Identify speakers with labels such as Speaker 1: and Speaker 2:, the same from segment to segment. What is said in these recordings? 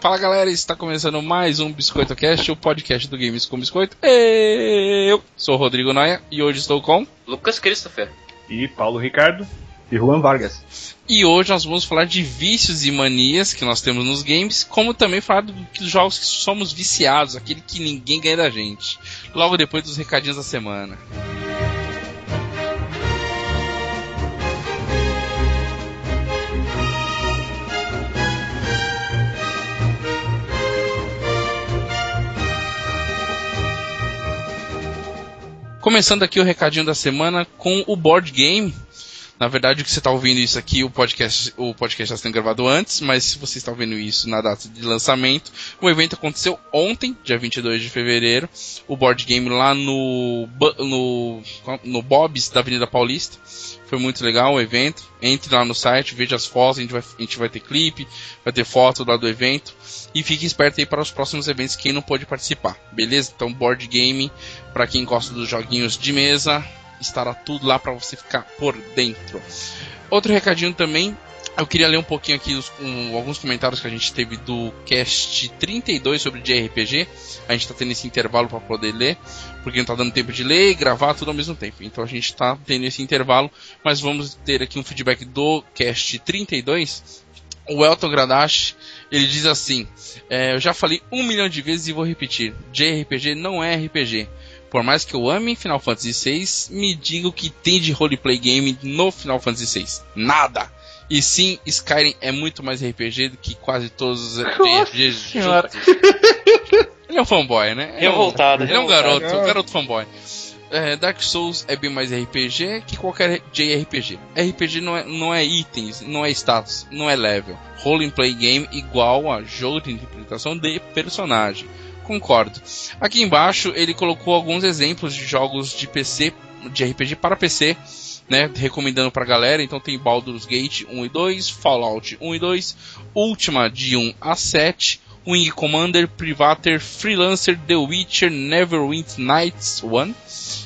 Speaker 1: Fala galera, está começando mais um Biscoito Cast, o podcast do Games com Biscoito. Eu sou o Rodrigo Noia e hoje estou com.
Speaker 2: Lucas Christopher.
Speaker 3: E Paulo Ricardo. E Juan Vargas.
Speaker 1: E hoje nós vamos falar de vícios e manias que nós temos nos games, como também falar do- dos jogos que somos viciados, aquele que ninguém ganha da gente. Logo depois dos recadinhos da semana. Começando aqui o recadinho da semana com o board game. Na verdade, o que você está ouvindo isso aqui, o podcast, o podcast está sendo gravado antes, mas se você está ouvindo isso na data de lançamento, o evento aconteceu ontem, dia 22 de fevereiro, o board game lá no, Ba- no, no Bob's da Avenida Paulista. Foi muito legal o evento. Entre lá no site, veja as fotos, a gente vai, a gente vai ter clipe, vai ter foto lá do evento. E fique esperto aí para os próximos eventos, quem não pôde participar, beleza? Então, board game, para quem gosta dos joguinhos de mesa, estará tudo lá para você ficar por dentro. Outro recadinho também, eu queria ler um pouquinho aqui os- um- alguns comentários que a gente teve do cast 32 sobre JRPG. A gente está tendo esse intervalo para poder ler, porque não está dando tempo de ler e gravar tudo ao mesmo tempo. Então a gente está tendo esse intervalo, mas vamos ter aqui um feedback do cast 32. O Elton Gradashi, ele diz assim: é, Eu já falei um milhão de vezes e vou repetir: JRPG não é RPG. Por mais que eu ame Final Fantasy VI, me diga o que tem de roleplay game no Final Fantasy VI. Nada! E sim, Skyrim é muito mais RPG do que quase todos os RPGs
Speaker 2: Senhora.
Speaker 1: juntos. Ele é um fanboy, né? Ele é um-
Speaker 2: Revoltado.
Speaker 1: Ele é um
Speaker 2: revoltado.
Speaker 1: garoto, um garoto fanboy. É, Dark Souls é bem mais RPG que qualquer JRPG. RPG não é, não é itens, não é status, não é level. Role and play game igual a jogo de interpretação de personagem. Concordo. Aqui embaixo ele colocou alguns exemplos de jogos de PC, de RPG para PC, né? Recomendando pra galera. Então tem Baldur's Gate 1 e 2, Fallout 1 e 2, Ultima de 1 a 7, Wing Commander, Privater, Freelancer, The Witcher, Neverwinter Nights 1,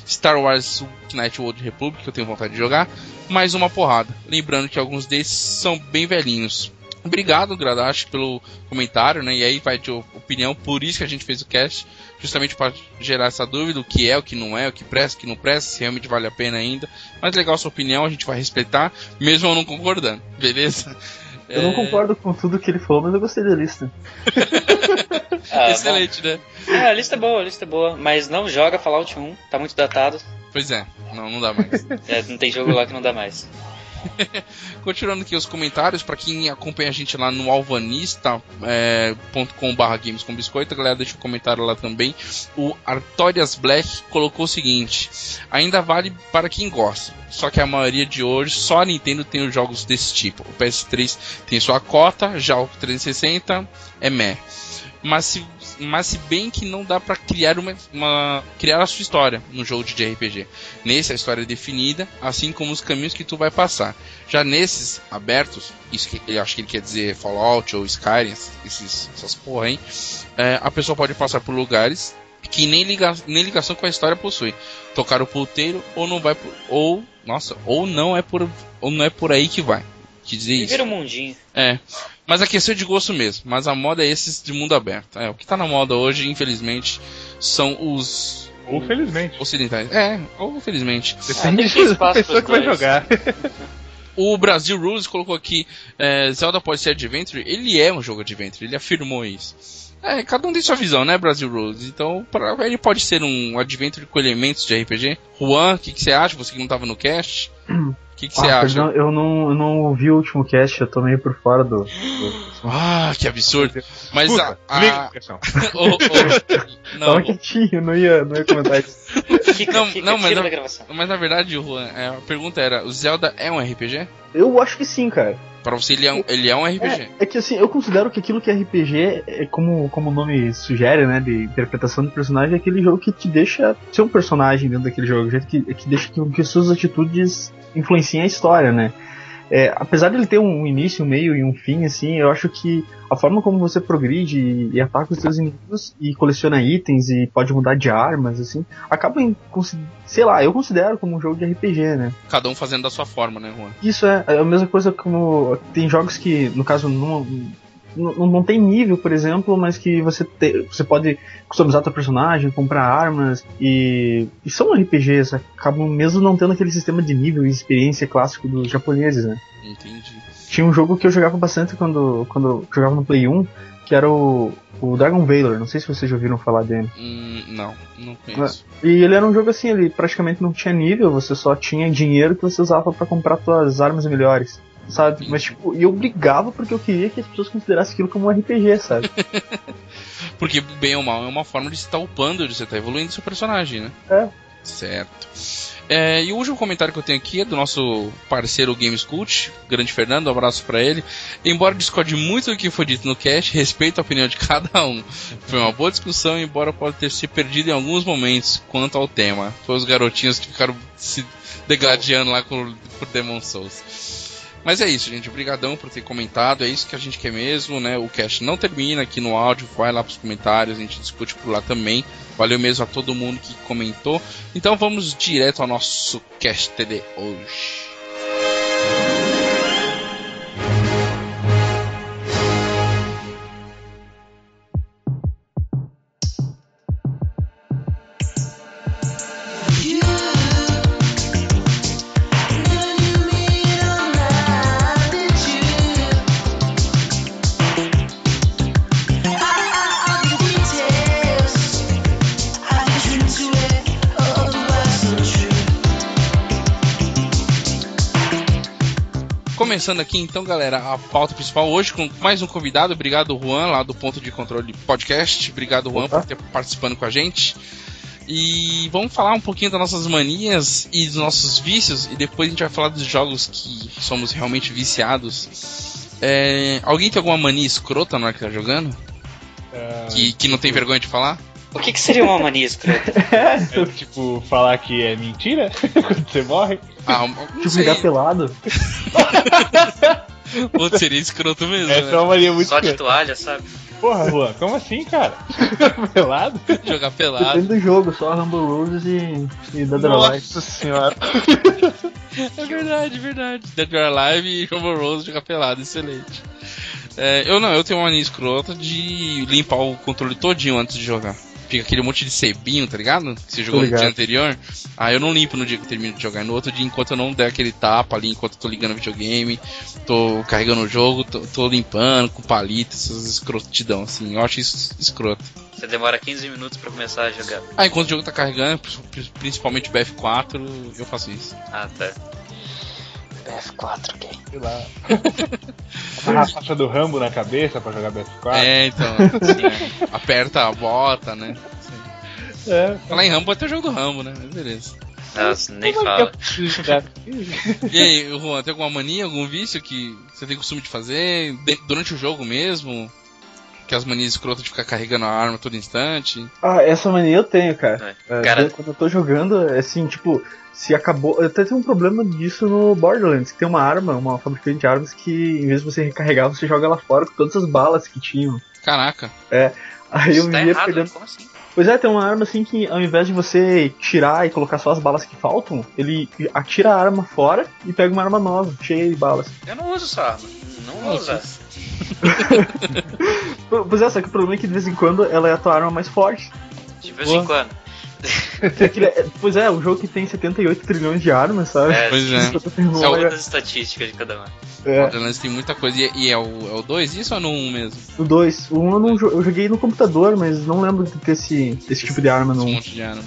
Speaker 1: Star Wars Knight World Republic, que eu tenho vontade de jogar, mais uma porrada. Lembrando que alguns desses são bem velhinhos. Obrigado, Gradache, pelo comentário, né? E aí vai de opinião, por isso que a gente fez o cast, justamente para gerar essa dúvida, o que é, o que não é, o que presta, o que não presta, se realmente vale a pena ainda. Mas legal a sua opinião, a gente vai respeitar, mesmo eu não concordando, beleza?
Speaker 3: Eu não
Speaker 1: É,
Speaker 3: concordo com tudo que ele falou, mas eu gostei da lista.
Speaker 2: Ah,
Speaker 1: Excelente, né?
Speaker 2: bom. É, a lista é boa, a lista é boa. Mas não joga Fallout 1, tá muito datado.
Speaker 1: Pois é, não, não dá mais.
Speaker 2: É, não tem jogo lá que não dá mais.
Speaker 1: Continuando aqui os comentários, pra quem acompanha a gente lá no alvanista.com.br games com biscoito, a galera deixa um comentário lá também. O Artorias Black colocou o seguinte: ainda vale para quem gosta, só que a maioria de hoje só a Nintendo tem os jogos desse tipo. O PS3 tem sua cota, já o 360 é meh. Mas se, mas se bem que não dá pra criar uma, uma- criar a sua história no jogo de RPG. Nesse a história é definida, assim como os caminhos que tu vai passar. Já nesses abertos, isso que eu acho que ele quer dizer Fallout ou Skyrim, esses, essas porra, hein? é, a pessoa pode passar por lugares que nem, liga, nem ligação com a história possui. Tocar o ponteiro ou não vai por, ou nossa, ou não é por ou não é por aí que vai. Que dizer
Speaker 2: E
Speaker 1: isso?
Speaker 2: vira o mundinho.
Speaker 1: É. Mas a questão é de gosto mesmo. Mas a moda é esses de mundo aberto. É, o que tá na moda hoje, infelizmente, são os
Speaker 3: Ou felizmente.
Speaker 1: ocidentais. É, ou felizmente.
Speaker 3: Depende
Speaker 2: tem que ter
Speaker 3: da
Speaker 2: espaço
Speaker 3: pessoa
Speaker 2: pros
Speaker 3: que vai
Speaker 2: dois.
Speaker 3: jogar.
Speaker 1: O Brasil Rules colocou aqui é, Zelda pode ser Adventure. Ele é um jogo Adventure, ele afirmou isso. É, cada um tem sua visão, né, Brasil Rules? Então, pra, ele pode ser um Adventure com elementos de RPG. Juan, o que que você acha? Você que não tava no cast? O que que você
Speaker 4: Ah,
Speaker 1: acha?
Speaker 4: perdão, eu não, eu não ouvi o último cast, eu tô meio por fora do. do-
Speaker 1: Ah, que absurdo. Mas a.
Speaker 3: Puta, desliga,
Speaker 1: a...
Speaker 3: pessoal.
Speaker 1: o- o- oh. não.
Speaker 4: Tava quietinho, não ia, não ia comentar isso.
Speaker 2: Fica,
Speaker 1: Não,
Speaker 2: fica,
Speaker 1: não, mas
Speaker 2: tira
Speaker 1: eu-
Speaker 2: da gravação.
Speaker 1: Mas na verdade, Juan, é, a pergunta era: o Zelda é um RPG?
Speaker 4: Eu acho que sim, cara.
Speaker 1: Pra você, ele é um, ele é um RPG.
Speaker 4: É, é que assim, eu considero que aquilo que é RPG, é como, como o nome sugere, né, de interpretação do personagem, é aquele jogo que te deixa ser um personagem dentro daquele jogo, o jeito que, que deixa que, que suas atitudes influenciem a história, né. É, apesar dele ter um início, um meio e um fim, assim, eu acho que a forma como você progride e, e ataca os seus inimigos e coleciona itens e pode mudar de armas, assim, acaba em, consi- sei lá, eu considero como um jogo de RPG, né.
Speaker 1: Cada um fazendo da sua forma, né, Juan?
Speaker 4: Isso é é a mesma coisa como tem jogos que, no caso, numa- não não tem nível, por exemplo, mas que você, te- você pode customizar teu personagem, comprar armas e, e são RPGs, acabam mesmo não tendo aquele sistema de nível e experiência clássico dos japoneses, né?
Speaker 1: Entendi.
Speaker 4: Tinha um jogo que eu jogava bastante quando, quando eu jogava no Play 1, que era o, o Dragon Valor, não sei se vocês já ouviram falar dele.
Speaker 1: Hum, não, não conheço.
Speaker 4: E ele era um jogo assim, ele praticamente não tinha nível, você só tinha dinheiro que você usava pra comprar suas armas melhores, sabe? Mas tipo, e eu brigava porque eu queria que as pessoas considerassem aquilo como um RPG, sabe?
Speaker 1: Porque, bem ou mal, é uma forma de você estar upando, de você estar evoluindo seu personagem, né?
Speaker 4: É.
Speaker 1: Certo. É, e o último comentário que eu tenho aqui é do nosso parceiro Games Cult, grande Fernando, um abraço pra ele. Embora discorde muito do que foi dito no cast, respeito a opinião de cada um. Foi uma boa discussão, embora pode ter se perdido em alguns momentos quanto ao tema. Foi os garotinhos que ficaram se degladiando lá com- por Demon Souls. Mas é isso, gente. Obrigadão por ter comentado. É isso que a gente quer mesmo, né? O cast não termina aqui no áudio. Vai lá pros comentários, a gente discute por lá também. Valeu mesmo a todo mundo que comentou. Então vamos direto ao nosso cast de hoje. Começando aqui então, galera, a pauta principal hoje com mais um convidado. Obrigado, Juan, lá do Ponto de Controle Podcast. Obrigado, Juan, por ter participando com a gente. E vamos falar um pouquinho das nossas manias e dos nossos vícios. E depois a gente vai falar dos jogos que somos realmente viciados. É, alguém tem alguma mania escrota na hora que tá jogando?
Speaker 5: Ah,
Speaker 1: Que, que não tem vergonha de falar?
Speaker 2: O que, que seria um uma mania escrota?
Speaker 5: É, tipo, falar que é mentira quando você morre.
Speaker 1: Ah, não
Speaker 4: Tipo,
Speaker 1: sei.
Speaker 4: brigar pelado.
Speaker 1: Putz, seria escroto mesmo.
Speaker 5: Essa é
Speaker 1: né?
Speaker 5: uma mania muito
Speaker 2: Só de
Speaker 5: grande.
Speaker 2: toalha, sabe?
Speaker 5: Porra, Juan, como assim, cara? Pelado?
Speaker 1: Jogar pelado.
Speaker 4: Depende do jogo, só Rumble Roses e, e Dead or Alive.
Speaker 5: Nossa senhora.
Speaker 1: É verdade, verdade. Dead or Alive e Robo Rose jogar pelado, excelente. É, eu não, eu tenho uma mania escrota de limpar o controle todinho antes de jogar. Fica aquele monte de sebinho, tá ligado? Que você jogou no
Speaker 4: ligado.
Speaker 1: dia anterior. Ah, eu não limpo no dia que eu termino de jogar. No outro dia, enquanto eu não der aquele tapa ali, enquanto eu tô ligando o videogame, tô carregando o jogo, tô, tô limpando com palito, essas escrotidão, assim. Eu acho isso escroto.
Speaker 2: Você demora 15 minutos pra começar a jogar.
Speaker 1: Ah, enquanto o jogo tá carregando, pri- principalmente o BF4, eu faço isso.
Speaker 2: Ah, tá. BF4, ok.
Speaker 5: Sei lá. Uma faixa do Rambo na cabeça pra jogar BF4.
Speaker 1: É, então. assim, é. aperta a bota, né?
Speaker 5: É.
Speaker 1: Falar em Rambo até o jogo do Rambo, né? Mas beleza.
Speaker 2: Nossa, nem
Speaker 5: Como é
Speaker 2: fala.
Speaker 5: que eu- cara,
Speaker 1: E aí, Juan, tem alguma mania, algum vício que você tem costume de fazer de- durante o jogo mesmo? Que as manias escrotas de ficar carregando a arma a todo instante?
Speaker 4: Ah, essa mania eu tenho, cara. É,
Speaker 2: Cara-
Speaker 4: quando eu tô jogando, é assim, tipo, se acabou. Eu até tenho um problema disso no Borderlands, que tem uma arma, uma fabricante de armas, que em vez de você recarregar, você joga ela fora com todas as balas que tinham.
Speaker 1: Caraca.
Speaker 4: Aí eu
Speaker 2: Isso tá
Speaker 4: vivia
Speaker 2: errado,
Speaker 4: perdendo.
Speaker 2: como assim?
Speaker 4: Pois é, tem uma arma assim que ao invés de você tirar e colocar só as balas que faltam, ele atira a arma fora e pega uma arma nova, cheia de balas.
Speaker 2: Eu não uso essa arma. Não vou usar.
Speaker 4: Po- Pois é, só que o problema é que de vez em quando ela é a tua arma mais forte.
Speaker 2: De vez em
Speaker 5: Boa.
Speaker 2: quando.
Speaker 4: É aquele- é- pois é, um jogo que tem 78 trilhões de armas, sabe?
Speaker 2: É,
Speaker 1: Pois é.
Speaker 4: Não,
Speaker 1: Saúde.
Speaker 2: todas as estatísticas de cada um.
Speaker 4: É,
Speaker 1: Borderlands tem muita coisa. E, e é o é o 2 isso ou é no 1 mesmo?
Speaker 4: o 2. O 1 eu, não jo- eu joguei no computador, mas não lembro de ter esse, esse tipo de arma no
Speaker 1: Esse
Speaker 4: 1.
Speaker 1: monte de arma.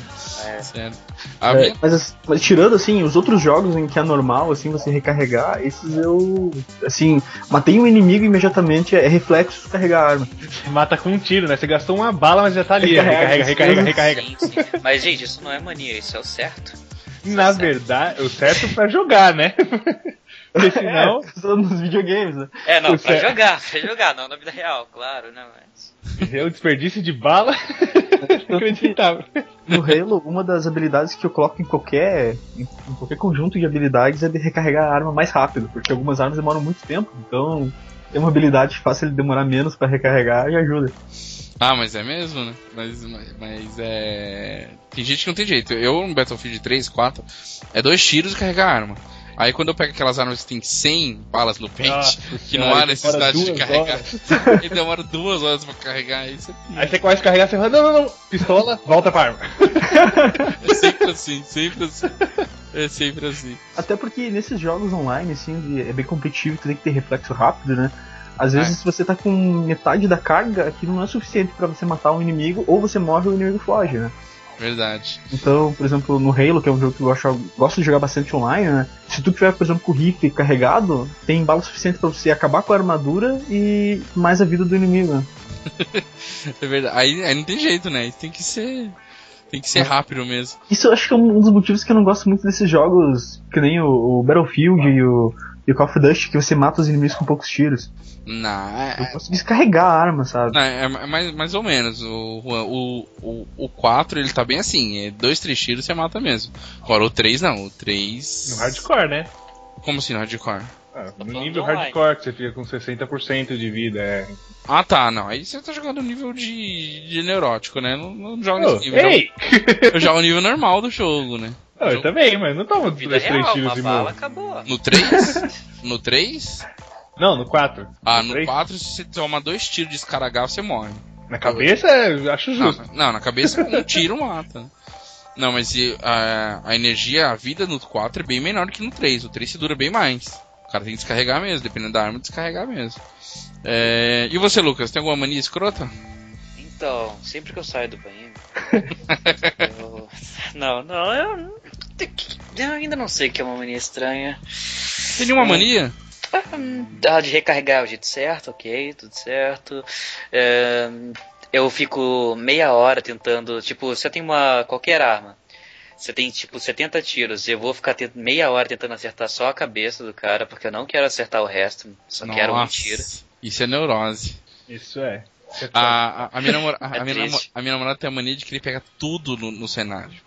Speaker 2: É.
Speaker 1: Sério. A
Speaker 4: É,
Speaker 1: minha-
Speaker 4: mas, as- mas tirando assim, os outros jogos em que é normal assim você recarregar, esses eu assim, matei um inimigo imediatamente, é reflexo carregar a arma.
Speaker 5: Você mata com um tiro, né? Você gastou uma bala, mas já tá ali. Recarrega,
Speaker 4: Recarrega,
Speaker 5: recarrega, recarrega.
Speaker 2: Sim, sim. Mas, gente, isso não é mania, isso é o certo.
Speaker 5: Na verdade, o certo é pra jogar, né? Porque senão.
Speaker 4: É, Só nos videogames, né?
Speaker 2: É, não,
Speaker 5: O
Speaker 2: pra
Speaker 5: certo.
Speaker 2: jogar, pra jogar, não na vida real, claro, né, mas.
Speaker 5: É um desperdício de bala inacreditável.
Speaker 4: No Halo, uma das habilidades que eu coloco em qualquer em qualquer conjunto de habilidades é de recarregar a arma mais rápido, porque algumas armas demoram muito tempo, então ter uma habilidade que faça ele demorar menos pra recarregar e ajuda.
Speaker 1: Ah, mas é mesmo, né? Mas, mas, mas é. Tem gente que não tem jeito. Eu no Battlefield 3, 4, é dois tiros e carregar a arma. Aí quando eu pego aquelas armas que tem 100 balas no pente,
Speaker 5: Nossa
Speaker 1: que não
Speaker 5: senhora,
Speaker 1: há necessidade de
Speaker 5: demora duas
Speaker 1: carregar, e demora duas horas pra carregar, isso
Speaker 5: Aí você começa a carregar, você fala, não, não, não, pistola, volta pra arma.
Speaker 1: é sempre assim, sempre assim. É sempre assim.
Speaker 4: Até porque nesses jogos online, assim, de- é bem competitivo, tu tem que ter reflexo rápido, né? Às vezes, se você tá com metade da carga, aquilo não é suficiente pra você matar um inimigo, ou você morre ou o inimigo foge, né?
Speaker 1: Verdade.
Speaker 4: Então, por exemplo, no Halo, que é um jogo que eu gosto, gosto de jogar bastante online, né? Se tu tiver, por exemplo, com o rifle carregado, tem bala suficiente pra você acabar com a armadura e mais a vida do inimigo, né?
Speaker 1: É verdade. Aí, aí não tem jeito, né? Tem que ser. Tem que ser rápido mesmo.
Speaker 4: Isso eu acho que é um dos motivos que eu não gosto muito desses jogos, que nem o, o Battlefield e o, e o Call of Duty, que você mata os inimigos com poucos tiros.
Speaker 1: Não,
Speaker 4: Eu
Speaker 1: é,
Speaker 4: posso descarregar a arma, sabe?
Speaker 1: não, é mais, mais ou menos. O, Juan, o, o, o 4 ele tá bem assim. É dois, três tiros você mata mesmo. Agora o 3 não. O 3.
Speaker 5: No hardcore, né?
Speaker 1: Como assim no hardcore?
Speaker 5: Ah,
Speaker 2: Tô
Speaker 5: no
Speaker 2: falando
Speaker 5: nível
Speaker 2: de online.
Speaker 5: hardcore, que você fica com 60% de vida. É.
Speaker 1: Ah tá, não. Aí você tá jogando nível de, de neurótico, né? Não, não joga
Speaker 5: Ô,
Speaker 1: nesse nível.
Speaker 5: ei!
Speaker 1: Eu jogo o nível normal do jogo, né?
Speaker 5: Não, eu também, mas não toma
Speaker 2: Vida
Speaker 5: 3
Speaker 2: real,
Speaker 5: tiros
Speaker 2: uma
Speaker 5: de
Speaker 2: bala
Speaker 5: morro.
Speaker 2: acabou.
Speaker 1: No 3? no 3?
Speaker 5: Não, no 4.
Speaker 1: Ah,
Speaker 5: No
Speaker 1: no
Speaker 5: três?
Speaker 1: 4, se você toma dois tiros de escaragar, você morre.
Speaker 5: Na cabeça, eu acho
Speaker 1: Não,
Speaker 5: justo.
Speaker 1: não, na cabeça um tiro mata. Não, mas e, a, a energia, a vida no 4 é bem menor que no 3. O 3 se dura bem mais. O cara tem que descarregar mesmo, dependendo da arma, descarregar mesmo. É, E você, Lucas, tem alguma mania escrota?
Speaker 2: Então, sempre que eu saio do banheiro. eu- Não, não, eu. Eu ainda não sei o que é uma mania estranha.
Speaker 1: Tem nenhuma mania?
Speaker 2: Ah, de recarregar o jeito certo, ok, tudo certo. É, eu fico meia hora tentando. Tipo, você tem uma. qualquer arma. Você tem tipo 70 tiros. Eu vou ficar tent- meia hora tentando acertar só a cabeça do cara, porque eu não quero acertar o resto. Só quero um
Speaker 1: Nossa,
Speaker 2: tiro.
Speaker 1: Isso é neurose.
Speaker 5: Isso é. Você tá-
Speaker 1: A, a- a minha namora- a-
Speaker 2: É
Speaker 1: a minha namo-
Speaker 2: triste.
Speaker 1: a minha namorada tem a mania de querer pegar tudo no, no cenário.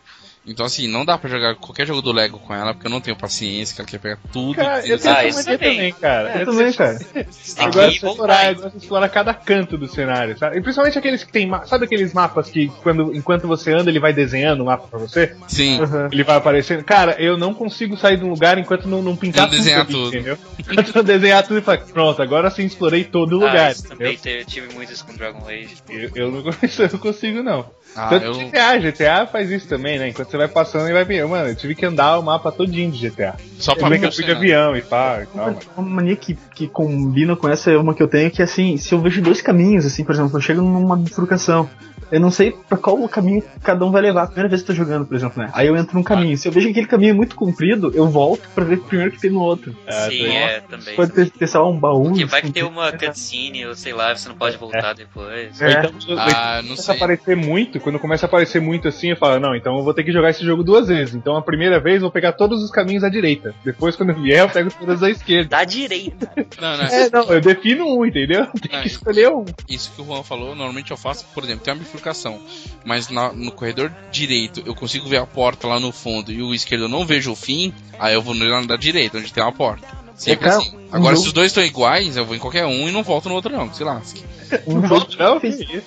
Speaker 1: Então, assim, não dá pra jogar qualquer jogo do Lego com ela, porque eu não tenho paciência, que ela quer pegar tudo.
Speaker 5: Cara, eu
Speaker 1: e-
Speaker 5: tenho
Speaker 2: Ah,
Speaker 5: essa
Speaker 2: isso
Speaker 5: mania
Speaker 2: também.
Speaker 5: também, cara.
Speaker 4: Eu É. também, cara.
Speaker 2: Você tem
Speaker 5: Eu
Speaker 2: que ir
Speaker 5: gosto
Speaker 2: e
Speaker 5: de
Speaker 2: voltar.
Speaker 5: explorar, eu gosto de explorar cada canto do cenário, sabe? E principalmente aqueles que tem. ma- Sabe aqueles mapas que quando, enquanto você anda, ele vai desenhando o mapa pra você?
Speaker 1: Sim.
Speaker 4: Aham.
Speaker 5: Ele vai aparecendo. Cara, eu não consigo sair de um lugar enquanto não, não pintar
Speaker 1: Não desenhar
Speaker 5: ali,
Speaker 1: tudo.
Speaker 5: Entendeu? Enquanto não desenhar tudo e falar, pronto, agora sim explorei todo o lugar.
Speaker 2: Ah, isso
Speaker 5: entendeu?
Speaker 2: também te- eu tive muito isso com Dragon Age.
Speaker 5: Eu, eu não, isso eu não consigo, não.
Speaker 1: Ah,
Speaker 5: Tanto
Speaker 1: eu-
Speaker 5: GTA, GTA faz isso também, né? Enquanto você vai passando e vai vendo. Mano, eu tive que andar o mapa todinho de GTA.
Speaker 1: Só pra
Speaker 5: Tudo bem é que eu
Speaker 1: ver o
Speaker 5: fui de
Speaker 1: cenário.
Speaker 5: avião e pá e
Speaker 4: É.
Speaker 5: tal, mas-
Speaker 4: Uma mania que, que combina com essa é uma que eu tenho, que assim, se eu vejo dois caminhos, assim, por exemplo, eu chego numa bifurcação, eu não sei pra qual caminho cada um vai levar. A primeira vez que eu tô jogando, por exemplo, né? Aí eu entro num caminho. Se eu vejo que aquele caminho é muito comprido, eu volto pra ver primeiro que tem no outro.
Speaker 5: Ah,
Speaker 2: Sim,
Speaker 5: tá.
Speaker 2: é, também.
Speaker 4: Pode ter, ter sei lá, um baú.
Speaker 2: Porque vai que tem
Speaker 4: escondido.
Speaker 2: uma cutscene, ou sei lá, você não pode voltar depois.
Speaker 4: É.
Speaker 5: Ou então, ou então
Speaker 1: Ah, não
Speaker 5: começa a
Speaker 1: sei.
Speaker 5: aparecer muito, quando começa a aparecer muito assim, eu falo, não, então eu vou ter que jogar esse jogo duas vezes. Então a primeira vez eu vou pegar todos os caminhos à direita. Depois, quando eu vier, eu pego todos à esquerda.
Speaker 2: Da direita.
Speaker 1: Não, não,
Speaker 5: É, não, eu defino um, entendeu? Tem
Speaker 1: não,
Speaker 5: que escolher um.
Speaker 1: Isso que o Juan falou, normalmente eu faço, por exemplo, tem uma bifurcação, mas na- no corredor direito eu consigo ver a porta lá no fundo e o esquerdo eu não vejo o fim, aí eu vou no lado da direita, onde tem uma porta. Sempre
Speaker 4: É, cara,
Speaker 1: assim. Agora,
Speaker 4: jogo-
Speaker 1: se os dois estão iguais, eu vou em qualquer um e não volto no outro, não, que se lasque.
Speaker 4: Um jogo,
Speaker 2: né?
Speaker 4: que me fez,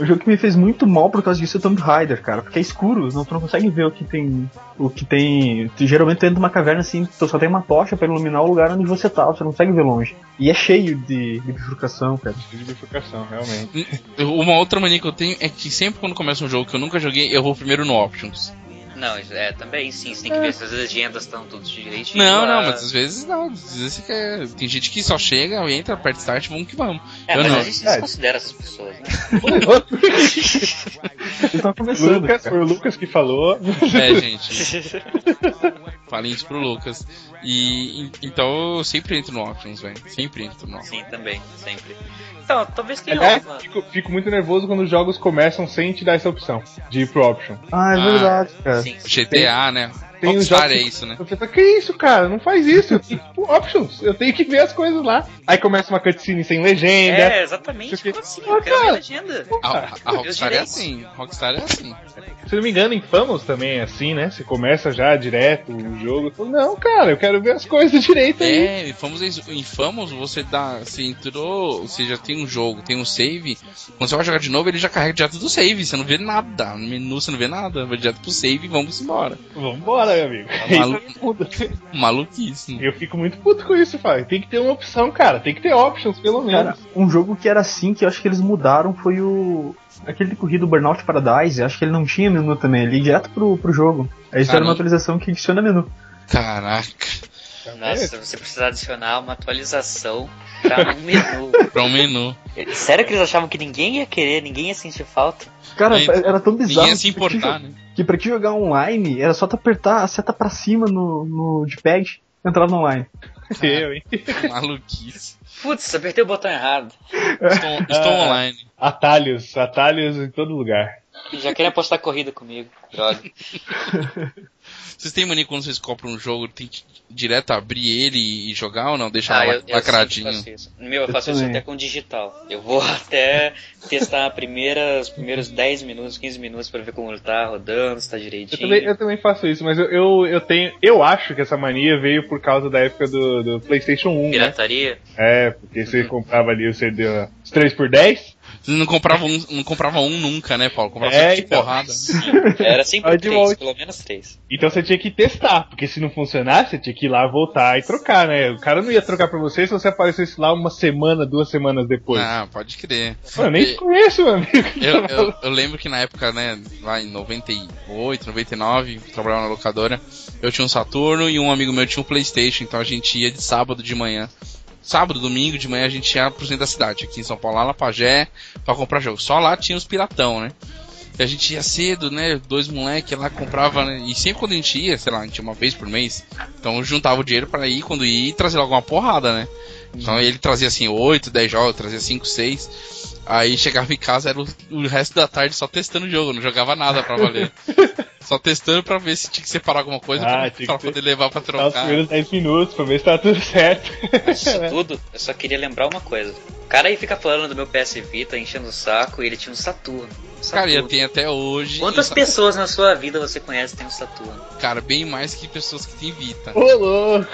Speaker 4: um jogo que me fez muito mal por causa disso é o Tomb Raider, cara. Porque é escuro, não, tu não consegue ver o que tem. O que tem. Tu, geralmente tu entra numa caverna assim, tu só tem uma tocha pra iluminar o lugar onde você tá, você não consegue ver longe. E é cheio de, de bifurcação, cara.
Speaker 5: De bifurcação, realmente.
Speaker 1: Uma outra mania que eu tenho é que sempre quando começa um jogo que eu nunca joguei, eu vou primeiro no Options.
Speaker 2: Não, isso- é, também sim, você tem que ver se as legendas estão todas direitinho. ah,
Speaker 1: Não,
Speaker 2: lá.
Speaker 1: não, mas às vezes não. Às vezes você quer... Tem gente que só chega, entra, aperta start, vamos que vamos.
Speaker 2: É,
Speaker 1: eu
Speaker 2: mas
Speaker 1: não.
Speaker 2: a gente desconsidera essas pessoas, né?
Speaker 4: Eu tava começando.
Speaker 5: Lucas, foi o Lucas que falou.
Speaker 1: É, gente. Falem isso pro Lucas. E en- então eu sempre entro no Options, velho. Sempre entro no Options.
Speaker 2: Sim, também, sempre. Então, talvez tenha
Speaker 4: É?
Speaker 5: Aliás,
Speaker 2: alguma.
Speaker 5: fico, fico muito nervoso quando os jogos começam sem te dar essa opção de ir pro option.
Speaker 4: Ah, é
Speaker 1: Ah,
Speaker 4: verdade, cara.
Speaker 2: Sim, sim.
Speaker 1: GTA, né?
Speaker 5: Tem os
Speaker 1: Rockstar
Speaker 5: jogos
Speaker 1: é
Speaker 5: que-
Speaker 1: isso, né?
Speaker 5: Você fala, que isso, cara? Não faz isso. Eu tenho que ir pro options. Eu tenho que ver as coisas lá. Aí começa uma cutscene sem legenda.
Speaker 2: É, exatamente.
Speaker 5: Porque-
Speaker 2: Como assim? Eu quero ver a legenda.
Speaker 1: A, a Rockstar é
Speaker 2: direito.
Speaker 1: assim. Rockstar é assim.
Speaker 5: Se não me engano, em Famous também é assim, né? Você começa já direto o jogo. Eu falo, Não, cara, eu quero ver as coisas direito aí.
Speaker 1: É, Infamous, é isso. Infamous você dá. Você entrou. Você já tem um jogo, tem um save. Quando você vai jogar de novo, ele já carrega direto do save. Você não vê nada. No menu você não vê nada. Vai direto pro save e vamos embora.
Speaker 5: Vambora, nada, meu amigo. É isso
Speaker 1: Malu-
Speaker 5: que muda.
Speaker 1: Maluquíssimo.
Speaker 5: Eu fico muito puto com isso, pai. Tem que ter uma opção, cara. Tem que ter options, pelo
Speaker 4: Cara,
Speaker 5: menos.
Speaker 4: um jogo que era assim, que eu acho que eles mudaram, foi o. Aquele de corrida o Burnout Paradise, eu acho que ele não tinha menu também, ele ia direto pro, pro jogo. Aí eles fizeram
Speaker 1: Caramba.
Speaker 4: uma atualização que adiciona menu.
Speaker 1: Caraca.
Speaker 5: Tá né?
Speaker 2: Nossa, você precisa adicionar uma atualização pra um menu.
Speaker 1: Pra um menu.
Speaker 2: Sério que eles achavam que ninguém ia querer, ninguém ia sentir falta?
Speaker 4: Cara,
Speaker 1: Aí,
Speaker 4: era tão bizarro.
Speaker 1: Ninguém ia se
Speaker 4: que pra te
Speaker 1: importar,
Speaker 4: jo-
Speaker 1: né?
Speaker 4: Que pra te jogar online, era só tu apertar a seta pra cima no, no D-pad e entrar no online.
Speaker 5: Eu, hein?
Speaker 1: Maluquice.
Speaker 2: Putz, apertei o botão errado.
Speaker 1: Estou, estou online.
Speaker 5: Atalhos, atalhos em todo lugar.
Speaker 2: Já queria apostar corrida comigo. Droga.
Speaker 1: Vocês têm mania quando vocês compram um jogo, tem que direto abrir ele e jogar ou não? Deixar
Speaker 2: Ah,
Speaker 1: lá-
Speaker 2: eu, eu sempre
Speaker 1: lacradinho.
Speaker 2: faço isso. Meu, eu
Speaker 4: Eu
Speaker 2: faço isso
Speaker 4: também.
Speaker 2: até com digital. Eu vou até testar a primeira- os primeiros 10 minutos, 15 minutos pra ver como ele tá rodando, se tá
Speaker 5: Eu
Speaker 2: direitinho.
Speaker 5: também, eu também faço isso, mas eu, eu, eu tenho. Eu acho que essa mania veio por causa da época do, do PlayStation 1, né?
Speaker 2: Pirataria?
Speaker 5: É, porque você comprava ali o CD, ó, os 3 por 10
Speaker 1: Vocês não compravam um, não compravam um nunca, né, Paulo? Comprava
Speaker 5: É,
Speaker 1: sempre de
Speaker 5: então.
Speaker 1: porrada.
Speaker 2: Era sempre
Speaker 5: Aí de
Speaker 2: três,
Speaker 5: volta.
Speaker 2: pelo menos três.
Speaker 5: Então você tinha que testar, porque se não funcionasse, você tinha que ir lá voltar e trocar, né? O cara não ia trocar pra você se você aparecesse lá uma semana, duas semanas depois.
Speaker 1: Ah, pode crer.
Speaker 5: Mano, eu nem te conheço, meu amigo.
Speaker 1: Eu, eu- eu lembro que na época, né, lá em 98, 99, eu trabalhava na locadora, eu tinha um Saturno e um amigo meu tinha um Playstation, então a gente ia de sábado de manhã. Sábado, domingo de manhã a gente ia pro centro da cidade, aqui em São Paulo, lá na Pajé, pra comprar jogo. Só lá tinha os piratão, né? E a gente ia cedo, né? Dois moleque lá comprava, né? E sempre quando a gente ia, sei lá, a gente ia uma vez por mês, então eu juntava o dinheiro pra ir quando ia e trazer logo uma porrada, né? Então
Speaker 5: Uhum.
Speaker 1: ele trazia assim 8, 10 jogos, trazia 5, 6. Aí chegava em casa, era o, o resto da tarde só testando o jogo, não jogava nada pra valer. só testando pra ver se tinha que separar alguma coisa
Speaker 5: Ah,
Speaker 1: pra,
Speaker 5: tinha que
Speaker 1: pra
Speaker 5: ter-
Speaker 1: poder levar pra
Speaker 5: Tá os
Speaker 1: trocar.
Speaker 5: primeiros 10 minutos pra ver se tá tudo certo.
Speaker 2: Mas isso tudo, eu só queria lembrar uma coisa. O cara aí fica falando do meu PS Vita, enchendo o saco, e ele tinha um Saturno. Um
Speaker 1: Cara, e
Speaker 2: Saturno.
Speaker 1: tem até hoje.
Speaker 2: Quantas
Speaker 1: essa-
Speaker 2: pessoas na sua vida você conhece que tem um Saturno?
Speaker 1: Cara, bem mais que pessoas que tem Vita.
Speaker 5: Ô, louco!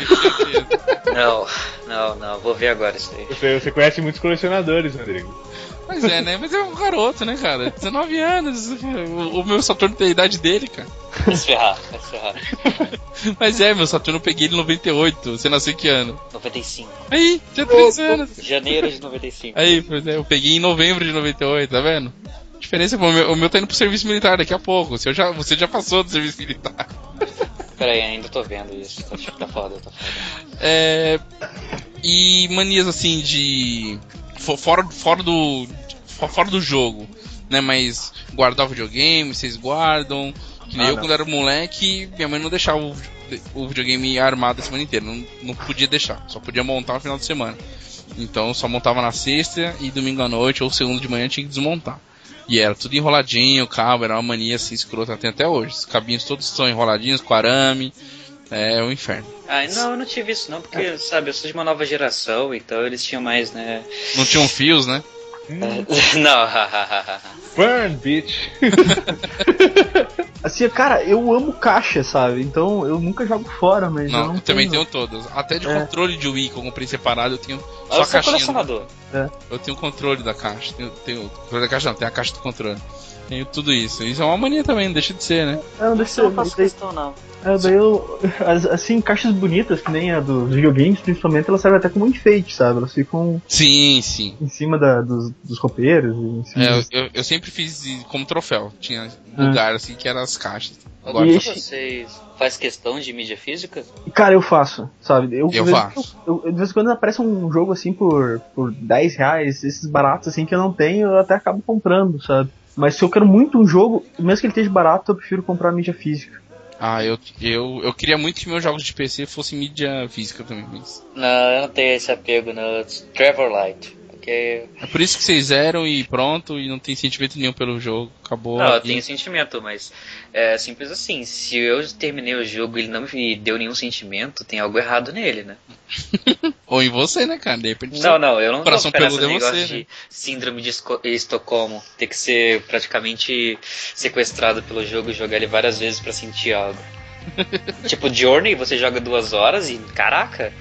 Speaker 2: Não, não, não, vou ver agora isso aí.
Speaker 5: Você, você conhece muitos colecionadores, Rodrigo.
Speaker 1: Mas é, né? Mas é um garoto, né, cara? 19 anos. O, o meu Saturno tem a idade dele, cara.
Speaker 2: Vai se ferrar, vai se ferrar.
Speaker 1: Mas é, meu Saturno eu peguei ele em 98. Você nasceu em que ano?
Speaker 2: 95.
Speaker 1: Aí, tinha 3 anos.
Speaker 2: Janeiro de 95.
Speaker 1: Aí, por exemplo, eu peguei em novembro de 98, tá vendo? A diferença é que o meu, o meu tá indo pro serviço militar daqui a pouco. O seu já, você já passou do serviço militar.
Speaker 2: Pera aí, ainda tô vendo isso. Tá, tá foda, tá foda.
Speaker 1: É, e manias assim de. fo- Fora, fora do. fo- Fora do jogo, né? Mas guardar o videogame, vocês guardam. Que nem
Speaker 5: Ah,
Speaker 1: eu,
Speaker 5: não.
Speaker 1: quando era moleque, minha mãe não deixava o, o videogame armado a semana inteira. Não, não podia deixar. Só podia montar no final de semana. Então só montava na sexta e domingo à noite ou segundo de manhã tinha que desmontar. E era tudo enroladinho, o cabo, era uma mania assim escrota tem até hoje. Os cabinhos todos são enroladinhos, com arame. É um inferno.
Speaker 2: Ah, não, eu não tive isso não, porque, sabe, eu sou de uma nova geração, então eles tinham mais, né...
Speaker 1: Não tinham fios, né?
Speaker 2: Não,
Speaker 5: Burn, bitch!
Speaker 4: Assim, cara, eu amo caixa, sabe? Então eu nunca jogo fora, mas. eu
Speaker 1: Não, eu também
Speaker 4: tenho.
Speaker 1: tenho todas. Até de
Speaker 4: É.
Speaker 1: controle de Wii que eu comprei separado, eu tenho só
Speaker 2: eu
Speaker 1: a
Speaker 2: sou
Speaker 1: caixinha. né?
Speaker 2: colecionador.
Speaker 1: Eu tenho controle da caixa. Tenho, tenho controle da caixa, não, tenho a caixa do controle. Tenho tudo isso. Isso é uma mania também, não deixa de ser, né?
Speaker 4: É, não, deixa
Speaker 2: Isso eu
Speaker 4: eu
Speaker 2: não faço
Speaker 4: daí-
Speaker 2: questão não.
Speaker 4: é, daí eu- as- Assim, caixas bonitas, que nem a dos videogames, principalmente, elas servem até como enfeite, sabe? Elas ficam
Speaker 1: Sim, sim.
Speaker 4: em cima da- dos, dos roupeiros, em cima
Speaker 1: É, eu,
Speaker 4: dos-
Speaker 1: eu- eu sempre fiz de- como troféu. Tinha lugar assim que eram as caixas. Agora
Speaker 2: Algum de
Speaker 4: E esse-
Speaker 2: vocês faz questão de mídia física?
Speaker 4: Cara, eu faço, sabe? Eu,
Speaker 1: Eu
Speaker 4: de vez-
Speaker 1: faço.
Speaker 4: eu- eu- de vez em quando aparece um jogo assim por, por 10 reais, esses baratos assim que eu não tenho, eu até acabo comprando, sabe? Mas se eu quero muito um jogo, mesmo que ele esteja barato, eu prefiro comprar a mídia física.
Speaker 1: Ah, eu, eu, eu queria muito que meus jogos de PC fossem mídia física também, mas.
Speaker 2: Não, eu não tenho esse apego no Trevor Light. Porque.
Speaker 1: É por isso que vocês eram e pronto, e não tem sentimento nenhum pelo jogo. Acabou.
Speaker 2: não, eu
Speaker 1: e-
Speaker 2: tenho sentimento, mas é simples assim. Se eu terminei o jogo e ele não me deu nenhum sentimento, tem algo errado nele, né?
Speaker 1: Ou em você, né, cara? De repente você
Speaker 2: Não, não, eu não vou
Speaker 1: Coração
Speaker 2: ficar nesse
Speaker 1: peludo é
Speaker 2: negócio
Speaker 1: você,
Speaker 2: de
Speaker 1: né?
Speaker 2: síndrome de Esco- Estocolmo. Ter que ser praticamente sequestrado pelo jogo e jogar ele várias vezes pra sentir algo. tipo, Journey, você joga duas horas e caraca.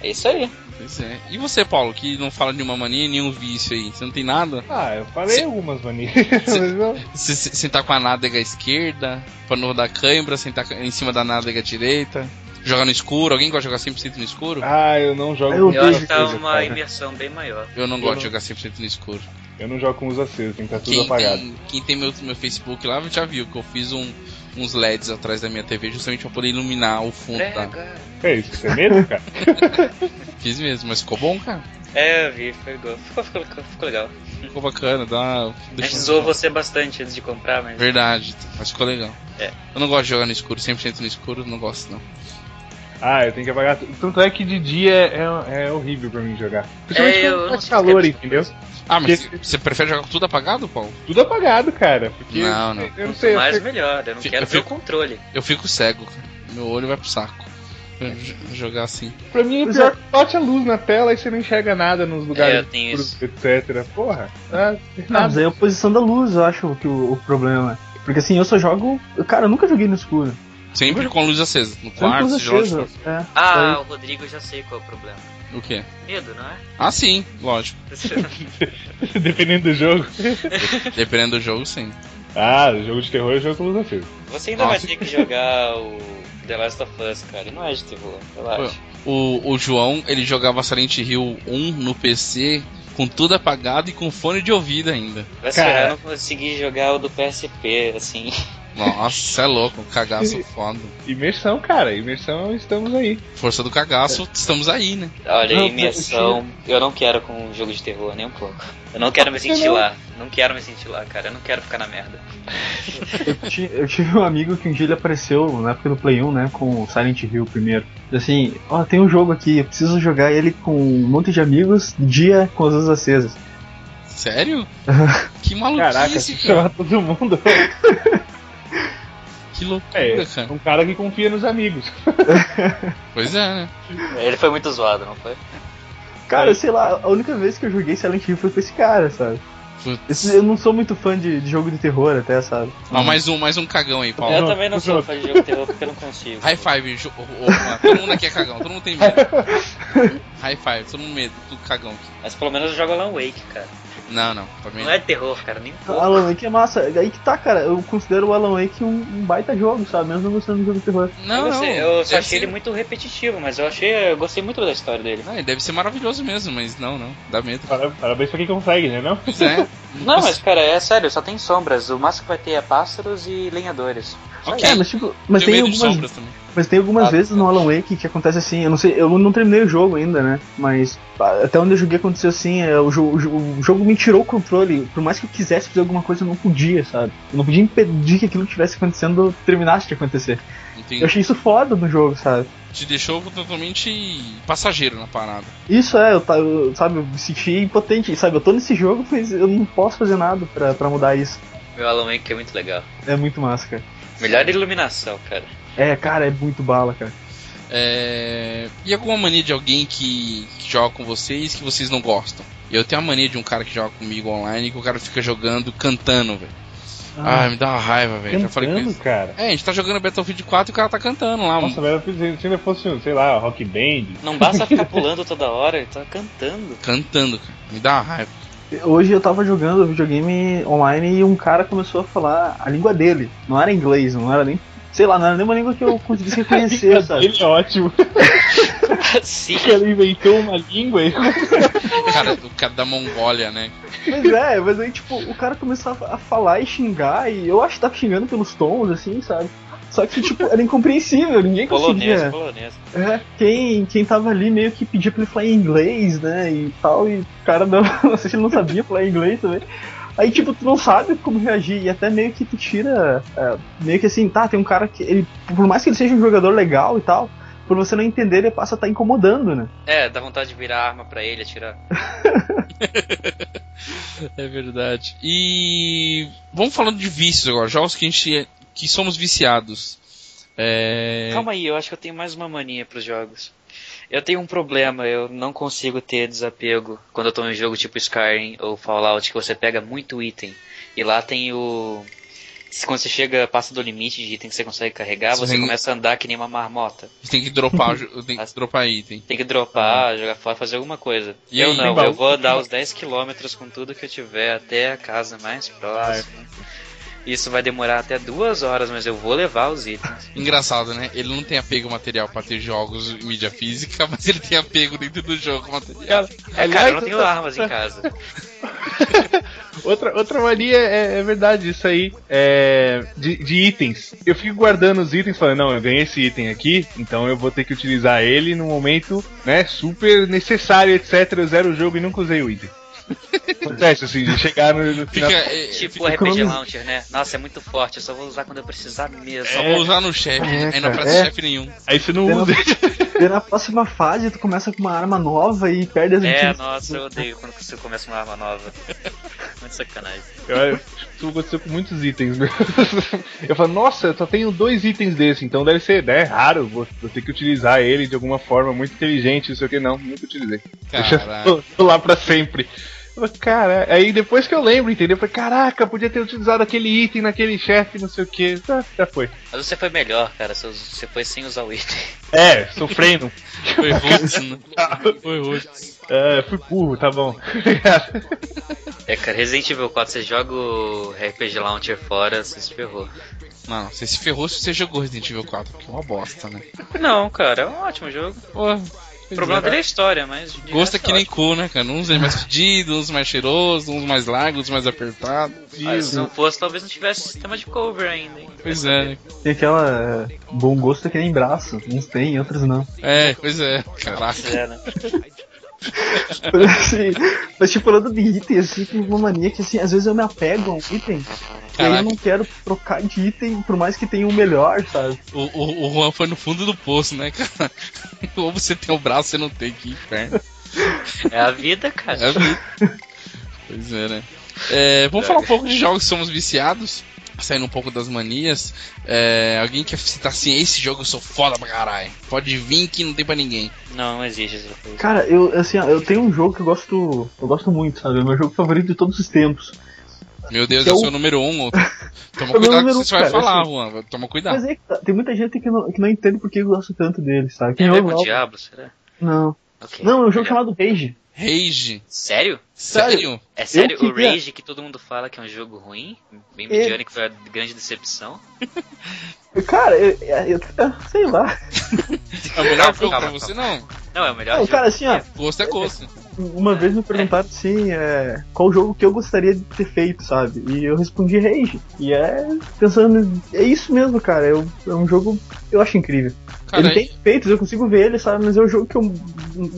Speaker 2: É isso aí.
Speaker 1: Pois é. E você, Paulo, que não fala nenhuma mania, nenhum vício aí? Você não tem nada?
Speaker 5: Ah, eu falei
Speaker 1: Cê-
Speaker 5: algumas manias.
Speaker 1: Cê-
Speaker 5: mas não-
Speaker 1: Você se- sentar com a nádega esquerda, pra não rodar cãibra, sentar ca- em cima da nádega direita, jogar no escuro. Alguém gosta de jogar 100% no escuro?
Speaker 5: Ah, eu não jogo
Speaker 4: Eu
Speaker 5: com
Speaker 2: Eu
Speaker 5: luz
Speaker 2: acho que
Speaker 4: vejo
Speaker 2: tá
Speaker 5: acesa,
Speaker 2: uma
Speaker 5: cara.
Speaker 2: imersão bem maior.
Speaker 1: Eu não
Speaker 5: eu
Speaker 1: gosto
Speaker 5: não.
Speaker 1: de jogar 100% no escuro.
Speaker 5: Eu não jogo com luz acesa, tem que estar Tá tudo
Speaker 1: Quem
Speaker 5: apagado.
Speaker 1: tem, quem tem meu, meu Facebook lá já viu que eu fiz um- uns LEDs atrás da minha TV justamente pra poder iluminar o fundo.
Speaker 2: É,
Speaker 1: da-
Speaker 2: cara.
Speaker 5: É isso, você tem medo, cara?
Speaker 1: Fiz mesmo, mas ficou bom, cara.
Speaker 2: É, eu vi, foi go- ficou, ficou, ficou legal.
Speaker 1: Ficou bacana, dá uma...
Speaker 2: A gente
Speaker 1: deixa-
Speaker 2: zoou você bastante antes de comprar, mas.
Speaker 1: Verdade, mas ficou legal.
Speaker 2: É.
Speaker 1: Eu não gosto de jogar no escuro, 100% no escuro, não gosto não.
Speaker 5: Ah, eu tenho que apagar tudo. Tanto é que de dia é, é horrível pra mim jogar. Principalmente
Speaker 2: É, eu
Speaker 5: quando
Speaker 2: não
Speaker 5: tá
Speaker 2: sei
Speaker 5: calor,
Speaker 2: se é-
Speaker 5: entendeu?
Speaker 1: Ah, mas
Speaker 5: Que-
Speaker 1: você prefere jogar com tudo apagado, Paulo?
Speaker 5: Tudo apagado, cara. Porque
Speaker 1: Não, não.
Speaker 5: eu não sei. eu
Speaker 2: mais
Speaker 5: sei-
Speaker 2: melhor, eu não
Speaker 1: Fi-
Speaker 2: quero
Speaker 1: eu
Speaker 2: ver o
Speaker 1: fico-
Speaker 2: controle.
Speaker 1: Eu fico cego, cara. meu olho vai pro saco.
Speaker 4: É.
Speaker 1: Eu j- Jogar assim.
Speaker 5: Pra mim é
Speaker 4: Pois
Speaker 5: pior que bote a luz na tela e você não enxerga nada nos
Speaker 2: É,
Speaker 5: lugares
Speaker 2: eu tenho
Speaker 5: escuros, etc. Porra, ah,
Speaker 4: Não, mas aí é a posição da luz, eu acho que o, o problema. Porque assim, eu só jogo. Cara, eu nunca joguei no escuro.
Speaker 1: Sempre com a luz acesa, no
Speaker 4: Uhum. Sempre
Speaker 1: quarto,
Speaker 4: luz
Speaker 1: seja lá onde
Speaker 4: acesa. É.
Speaker 2: Ah, o Rodrigo eu já sei qual é o problema.
Speaker 1: for. O quê?
Speaker 2: Medo, não é?
Speaker 1: Ah, sim, lógico.
Speaker 5: é- dependendo do jogo.
Speaker 1: Dependendo do jogo, sim.
Speaker 5: Ah, jogo de terror eu jogo com luz acesa.
Speaker 2: Você ainda vai ter que jogar o The Last of Us, cara. e Não é de terror, relaxa.
Speaker 1: O, o João, ele jogava Silent Hill 1 no PC com tudo apagado e com fone de ouvido ainda.
Speaker 2: Vai esperar
Speaker 5: Cara.
Speaker 2: eu não conseguir jogar o do PSP, assim.
Speaker 1: Nossa, cê é louco, cagaço foda.
Speaker 5: Imersão, cara, imersão estamos aí.
Speaker 1: Força do cagaço,
Speaker 4: É.
Speaker 1: estamos aí, né?
Speaker 2: Olha,
Speaker 5: Não,
Speaker 2: imersão. Eu não quero com um jogo de terror, nem um pouco. Eu não quero me sentir
Speaker 5: não?
Speaker 2: lá. Não quero me sentir lá, cara. Eu não quero ficar na merda.
Speaker 4: Eu ti- Eu tive um amigo que um dia ele apareceu na época do Play 1, né? Com o Silent Hill primeiro. E Assim, ó, tem um jogo aqui, eu preciso jogar ele com um monte de amigos, dia com as luzes acesas.
Speaker 1: Sério? que
Speaker 5: Caraca,
Speaker 1: maluquice,
Speaker 5: se
Speaker 1: cara.
Speaker 5: chamar todo mundo.
Speaker 1: Que loucura,
Speaker 5: É,
Speaker 1: cara.
Speaker 5: um cara que confia nos amigos.
Speaker 1: Pois é, né?
Speaker 2: Ele foi muito zoado, não foi?
Speaker 4: Cara, sei lá, a única vez que eu joguei Silent Hill foi com esse cara, sabe?
Speaker 1: Putz.
Speaker 4: Esse- Eu não sou muito fã de, de jogo de terror até, sabe?
Speaker 1: Ah, mais um, mais um cagão aí,
Speaker 2: eu
Speaker 4: É,
Speaker 1: Paulo.
Speaker 2: também não sou fã de jogo de terror porque eu não consigo.
Speaker 1: High five, Ju- ô, ô, mano, todo mundo aqui é cagão, todo mundo tem medo. High five, todo mundo medo, tudo cagão aqui.
Speaker 2: Mas pelo menos eu jogo Alan Wake, cara.
Speaker 1: Não, não, também
Speaker 2: Não é terror, cara, nem um pouco.
Speaker 4: Alan Wake é massa. Aí que tá, cara, eu considero o Alan Wake um, um baita jogo, sabe? Mesmo não gostando de jogo de terror.
Speaker 1: não.
Speaker 2: eu,
Speaker 1: não
Speaker 2: gostei, assim, eu só
Speaker 1: deve
Speaker 2: achei
Speaker 1: ser-
Speaker 2: ele muito repetitivo, mas eu achei. Eu gostei muito da história dele.
Speaker 1: Ah, ele deve ser maravilhoso mesmo, mas não, não, dá medo.
Speaker 5: Para- Parabéns pra quem consegue, né? Não?
Speaker 1: Pois é.
Speaker 2: Ah. Não, mas cara, é sério, só tem sombras. O máximo que vai ter é pássaros e lenhadores. Só
Speaker 1: Ok.
Speaker 2: isso.
Speaker 4: É, mas tipo, mas
Speaker 1: Tenho
Speaker 4: tem
Speaker 1: medo de
Speaker 4: algumas
Speaker 1: sombras também.
Speaker 4: Mas tem algumas
Speaker 2: Ah,
Speaker 4: vezes no Alan Wake que acontece assim, eu não sei, eu não terminei o jogo ainda, né? Mas pá, até onde eu joguei aconteceu assim, é, o, jo- o jo- o jogo me tirou o controle. Por mais que eu quisesse fazer alguma coisa, eu não podia, sabe? Eu não podia impedir que aquilo estivesse acontecendo, terminasse de acontecer.
Speaker 1: Entendi.
Speaker 4: Eu achei isso foda no jogo, sabe?
Speaker 1: Te deixou totalmente passageiro na parada.
Speaker 4: Isso é, eu, ta- eu, sabe, eu me senti impotente, sabe? Eu tô nesse jogo, mas eu não posso fazer nada pra, pra mudar isso.
Speaker 2: Meu Alan Wake é muito legal.
Speaker 4: É muito massa, cara.
Speaker 2: Melhor iluminação, cara.
Speaker 4: É, cara, é muito bala, cara.
Speaker 1: É... E alguma mania de alguém que, que joga com vocês que vocês não gostam? Eu tenho a mania de um cara que joga comigo online que o cara fica jogando cantando, velho.
Speaker 4: Ah.
Speaker 1: Ai, me dá uma raiva, velho. Já falei com
Speaker 5: Cantando,
Speaker 1: isso.
Speaker 5: cara.
Speaker 1: É, a gente tá jogando Battlefield 4 e o cara tá cantando lá.
Speaker 5: Nossa, mas eu- se ainda fosse, sei lá, rock band.
Speaker 2: Não basta ficar pulando toda hora, ele tá cantando.
Speaker 1: Cantando, cara. Me dá uma raiva.
Speaker 4: Hoje eu tava jogando videogame online e um cara começou a falar a língua dele. Não era inglês, não era nem. Sei lá, não era nem uma língua que eu conseguisse reconhecer, sabe?
Speaker 5: Ele é ótimo.
Speaker 2: Sim.
Speaker 5: O cara inventou uma língua e
Speaker 1: Cara, o cara da Mongólia, né?
Speaker 4: Mas é, mas aí, tipo, o cara começou a a falar e xingar, e eu acho que tava xingando pelos tons, assim, sabe? Só que, tipo, era incompreensível, ninguém
Speaker 2: Polonês,
Speaker 4: conseguia.
Speaker 2: polonês.
Speaker 4: É, quem, quem tava ali meio que pedia pra ele falar em inglês, né? E tal, e o cara não, não sei se ele não sabia falar inglês também. Aí, tipo, tu não sabe como reagir, e até meio que tu tira. é, meio que assim, tá, tem um cara que. Ele, por mais que ele seja um jogador legal e tal, por você não entender, ele passa a estar incomodando, né?
Speaker 2: É, dá vontade de virar arma pra ele, atirar.
Speaker 1: É verdade. E vamos falando de vícios agora, jogos que a gente é- que somos viciados. É...
Speaker 2: Calma aí, eu acho que eu tenho mais uma mania pros jogos. Eu tenho um problema, eu não consigo ter desapego quando eu tô um em jogo tipo Skyrim ou Fallout, que você pega muito item. E lá tem o. se quando você chega, passa do limite de item que você consegue carregar, você
Speaker 1: Sim.
Speaker 2: começa a andar que nem uma marmota.
Speaker 1: Tem que dropar, jo- tem que
Speaker 2: As-
Speaker 1: dropar item.
Speaker 2: Tem que dropar, jogar fora, fazer alguma coisa.
Speaker 1: E
Speaker 2: eu
Speaker 1: aí,
Speaker 2: não,
Speaker 5: baú?
Speaker 2: eu vou andar os 10km com tudo que eu tiver até a casa mais próxima. Isso vai demorar até duas horas, mas eu vou levar os itens.
Speaker 1: Engraçado, né? Ele não tem apego material pra ter jogos e mídia física, mas ele tem apego dentro do jogo material.
Speaker 2: É, cara,
Speaker 1: então
Speaker 2: eu não tenho
Speaker 1: tá.
Speaker 2: armas em casa.
Speaker 5: Outra, outra mania é, é verdade, isso aí. É, de, de itens. Eu fico guardando os itens falando, não, eu ganhei esse item aqui, então eu vou ter que utilizar ele no momento, né, super necessário, etc. Eu zero o jogo e nunca usei o item. Acontece, assim, de chegar no, no final.
Speaker 1: Fica, é,
Speaker 2: Tipo
Speaker 1: fica-
Speaker 2: o RPG
Speaker 4: economizando.
Speaker 2: Launcher, né? Nossa, é muito forte, eu só vou usar quando eu precisar mesmo.
Speaker 1: só vou usar no chefe, né?
Speaker 4: É,
Speaker 1: aí não
Speaker 4: cara,
Speaker 1: aparece
Speaker 4: é.
Speaker 1: chefe nenhum.
Speaker 5: Aí você não
Speaker 4: Tem
Speaker 5: usa.
Speaker 4: Daí na próxima fase, tu começa com uma arma nova e perde as
Speaker 2: É,
Speaker 4: vitimizações.
Speaker 2: nossa, eu odeio quando você começa uma arma nova. Muito sacanagem.
Speaker 5: Eu, isso aconteceu com muitos itens meus. Eu falo, nossa, eu só tenho dois itens desse, então deve ser, né, raro, vou, vou ter que utilizar ele de alguma forma muito inteligente, não sei o que, não, nunca utilizei. Deixa
Speaker 1: Caralho.
Speaker 5: eu- tô lá pra sempre. Eu falei, Cara, aí depois que eu lembro, entendeu? Eu falei, caraca, podia ter utilizado aquele item naquele chefe, não sei o que. Ah, já foi.
Speaker 2: Mas você foi melhor, cara, você us- você foi sem usar o item.
Speaker 5: É, sofrendo.
Speaker 1: Foi Roots, né? Foi Roots.
Speaker 5: é, fui burro, tá bom.
Speaker 2: É, cara, Resident Evil 4, você joga o RPG Launcher fora, você se ferrou.
Speaker 1: Não, não, você se ferrou se você jogou Resident Evil 4, porque é uma bosta, né?
Speaker 2: Não, cara, é um ótimo jogo.
Speaker 1: Pô,
Speaker 2: O problema dele é a história, mas. de
Speaker 1: Gosto é
Speaker 2: resto
Speaker 1: que nem cu, né, cara? Uns é mais fedido, uns mais cheiroso, uns mais largo, uns mais apertado.
Speaker 2: ótimo. Ah, se não fosse, talvez não tivesse sistema de cover ainda, hein?
Speaker 1: Pois é, né?
Speaker 4: Tem aquela. é, Bom gosto é que nem braço. Uns tem, outros não.
Speaker 1: É, pois é. Caraca.
Speaker 2: É, né?
Speaker 4: assim, mas tipo, falando de item, assim, tem uma mania que assim, às vezes eu me apego a um item e aí eu
Speaker 1: Caraca.
Speaker 4: não quero trocar de item, por mais que tenha um melhor, sabe?
Speaker 1: O, o, o Juan foi no fundo do poço, né, cara? Ou você tem o braço, você não tem, que inferno.
Speaker 2: É a vida,
Speaker 1: É a
Speaker 2: cara.
Speaker 1: vida. Pois é, né? É, vamos falar um pouco de jogos que somos viciados. Saindo um pouco das manias. É, alguém quer citar assim, esse jogo eu sou foda pra caralho. Pode vir que não tem pra ninguém.
Speaker 2: Não, não existe essa coisa.
Speaker 4: Cara, eu assim, ó, eu tenho um jogo que eu gosto. Eu gosto muito, sabe? É o meu jogo favorito de todos os tempos.
Speaker 1: Meu Deus,
Speaker 4: Que é
Speaker 1: eu
Speaker 4: o-
Speaker 1: sou o número um. Toma
Speaker 4: É o
Speaker 1: cuidado com
Speaker 4: meu
Speaker 1: o
Speaker 4: número
Speaker 1: que
Speaker 4: um,
Speaker 1: você vai
Speaker 4: cara,
Speaker 1: falar, Juan. Toma cuidado.
Speaker 4: Mas é que tá, tem muita gente que não, que não entende por que eu gosto tanto dele, sabe? Que
Speaker 2: Tem É a ver
Speaker 4: um jogo
Speaker 2: com o
Speaker 4: lá-
Speaker 2: Diablo, será?
Speaker 4: Não.
Speaker 2: Ok.
Speaker 4: Não, é um jogo
Speaker 2: Olha.
Speaker 4: chamado Rage.
Speaker 1: Rage.
Speaker 2: Sério?
Speaker 1: Sério?
Speaker 2: É sério?
Speaker 4: Eu
Speaker 2: O
Speaker 4: queria- É.
Speaker 2: Rage, que todo mundo fala que é um jogo ruim, bem
Speaker 4: Ele-
Speaker 2: mediano, que foi a grande decepção.
Speaker 4: Cara, eu, eu- eu- sei lá.
Speaker 1: É o melhor
Speaker 2: Calma,
Speaker 1: jogo pra
Speaker 2: calma,
Speaker 1: você, não.
Speaker 2: Não, é o melhor
Speaker 4: Não,
Speaker 2: jogo.
Speaker 4: cara, assim, ó,
Speaker 1: Gosto é gosto.
Speaker 4: uma vez me perguntaram assim, é, qual jogo que eu gostaria de ter feito, sabe? E eu respondi Rage. E é pensando, é isso mesmo, cara. Eu, é um jogo eu acho incrível.
Speaker 1: Cara,
Speaker 4: ele tem feitos, eu consigo ver ele, sabe? Mas é o jogo que eu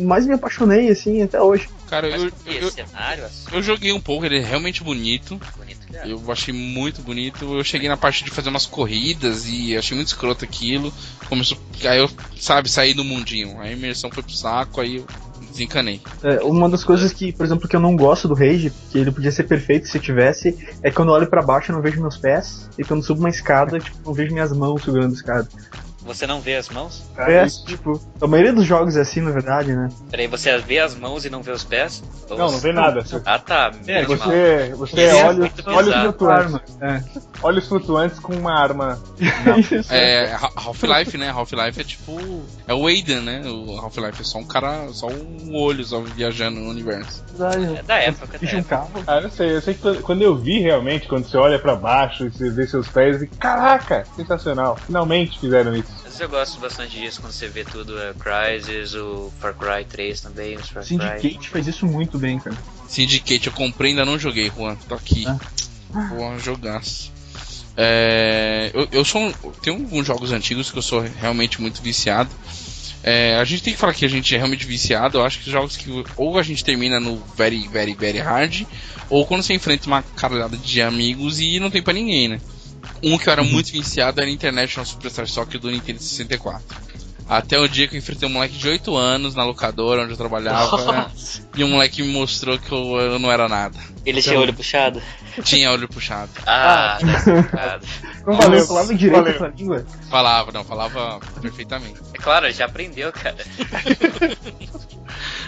Speaker 4: mais me apaixonei, assim, até hoje.
Speaker 1: cara
Speaker 2: Mas
Speaker 1: eu,
Speaker 2: por que?
Speaker 1: eu,
Speaker 2: cenário, assunto
Speaker 1: eu joguei um pouco, ele é realmente bonito.
Speaker 2: bonito. cara.
Speaker 1: Eu achei muito bonito. Eu cheguei na parte de fazer umas corridas e achei muito escroto aquilo. Começou. Aí eu, sabe, saí do mundinho. Aí a imersão foi pro saco, aí eu desencanei.
Speaker 4: É, uma das coisas que, por exemplo, que eu não gosto do Rage, que ele podia ser perfeito se tivesse, é que quando eu olho pra baixo eu não vejo meus pés, e quando subo uma escada, tipo, eu não vejo minhas mãos subindo a escada.
Speaker 2: Você não vê as mãos?
Speaker 4: É, tipo, a maioria dos jogos é assim, na verdade, né?
Speaker 2: Peraí, você vê as mãos e não vê os pés? Ou
Speaker 5: Não,
Speaker 2: você-
Speaker 5: não vê nada.
Speaker 2: Ah tá,
Speaker 5: É,
Speaker 2: menos mal.
Speaker 5: você, você
Speaker 2: Isso é
Speaker 5: olha,
Speaker 2: muito
Speaker 5: olha os
Speaker 2: bizarro.
Speaker 5: flutuantes. né?
Speaker 4: É.
Speaker 5: Olha os flutuantes com uma arma.
Speaker 4: Isso.
Speaker 1: É, Ha- Half-Life, né? Half-Life é tipo. É o Aiden, né? O Half-Life é só um cara, só um olho, só viajando no universo.
Speaker 4: Verdade.
Speaker 2: É da época, da
Speaker 4: Puxa um
Speaker 2: época.
Speaker 4: carro.
Speaker 5: Ah, eu sei, eu sei que quando- quando eu vi realmente, quando você olha pra baixo e você vê seus pés, e caraca, sensacional. Finalmente fizeram isso.
Speaker 2: Mas eu gosto bastante disso quando você vê tudo, é, Crysis, o Far Cry 3 também, os Far Cry.
Speaker 4: Syndicate faz isso muito bem, cara.
Speaker 1: Syndicate, eu comprei ainda não joguei, Juan. Tô aqui.
Speaker 4: Ah.
Speaker 1: Vou um jogaço. É, eu, eu sou. um- Tem alguns jogos antigos que eu sou realmente muito viciado. É, a gente tem que falar que a gente é realmente viciado. Eu acho que jogos que ou a gente termina no very, very, very hard, ou quando você enfrenta uma caralhada de amigos e não tem pra ninguém, né? Um que eu era muito viciado era International Superstar Soccer do Nintendo 64. Até o dia que eu enfrentei um moleque de 8 anos na locadora onde eu trabalhava. e o moleque me mostrou que eu, eu não era nada.
Speaker 2: Ele
Speaker 4: Então-
Speaker 2: tinha olho puxado?
Speaker 1: Tinha olho puxado.
Speaker 2: Ah, tá explicado.
Speaker 4: Não
Speaker 5: valeu.
Speaker 4: Eu falava direito
Speaker 5: Valeu.
Speaker 4: essa língua.
Speaker 1: Falava, não, falava perfeitamente.
Speaker 2: É claro, já aprendeu, cara.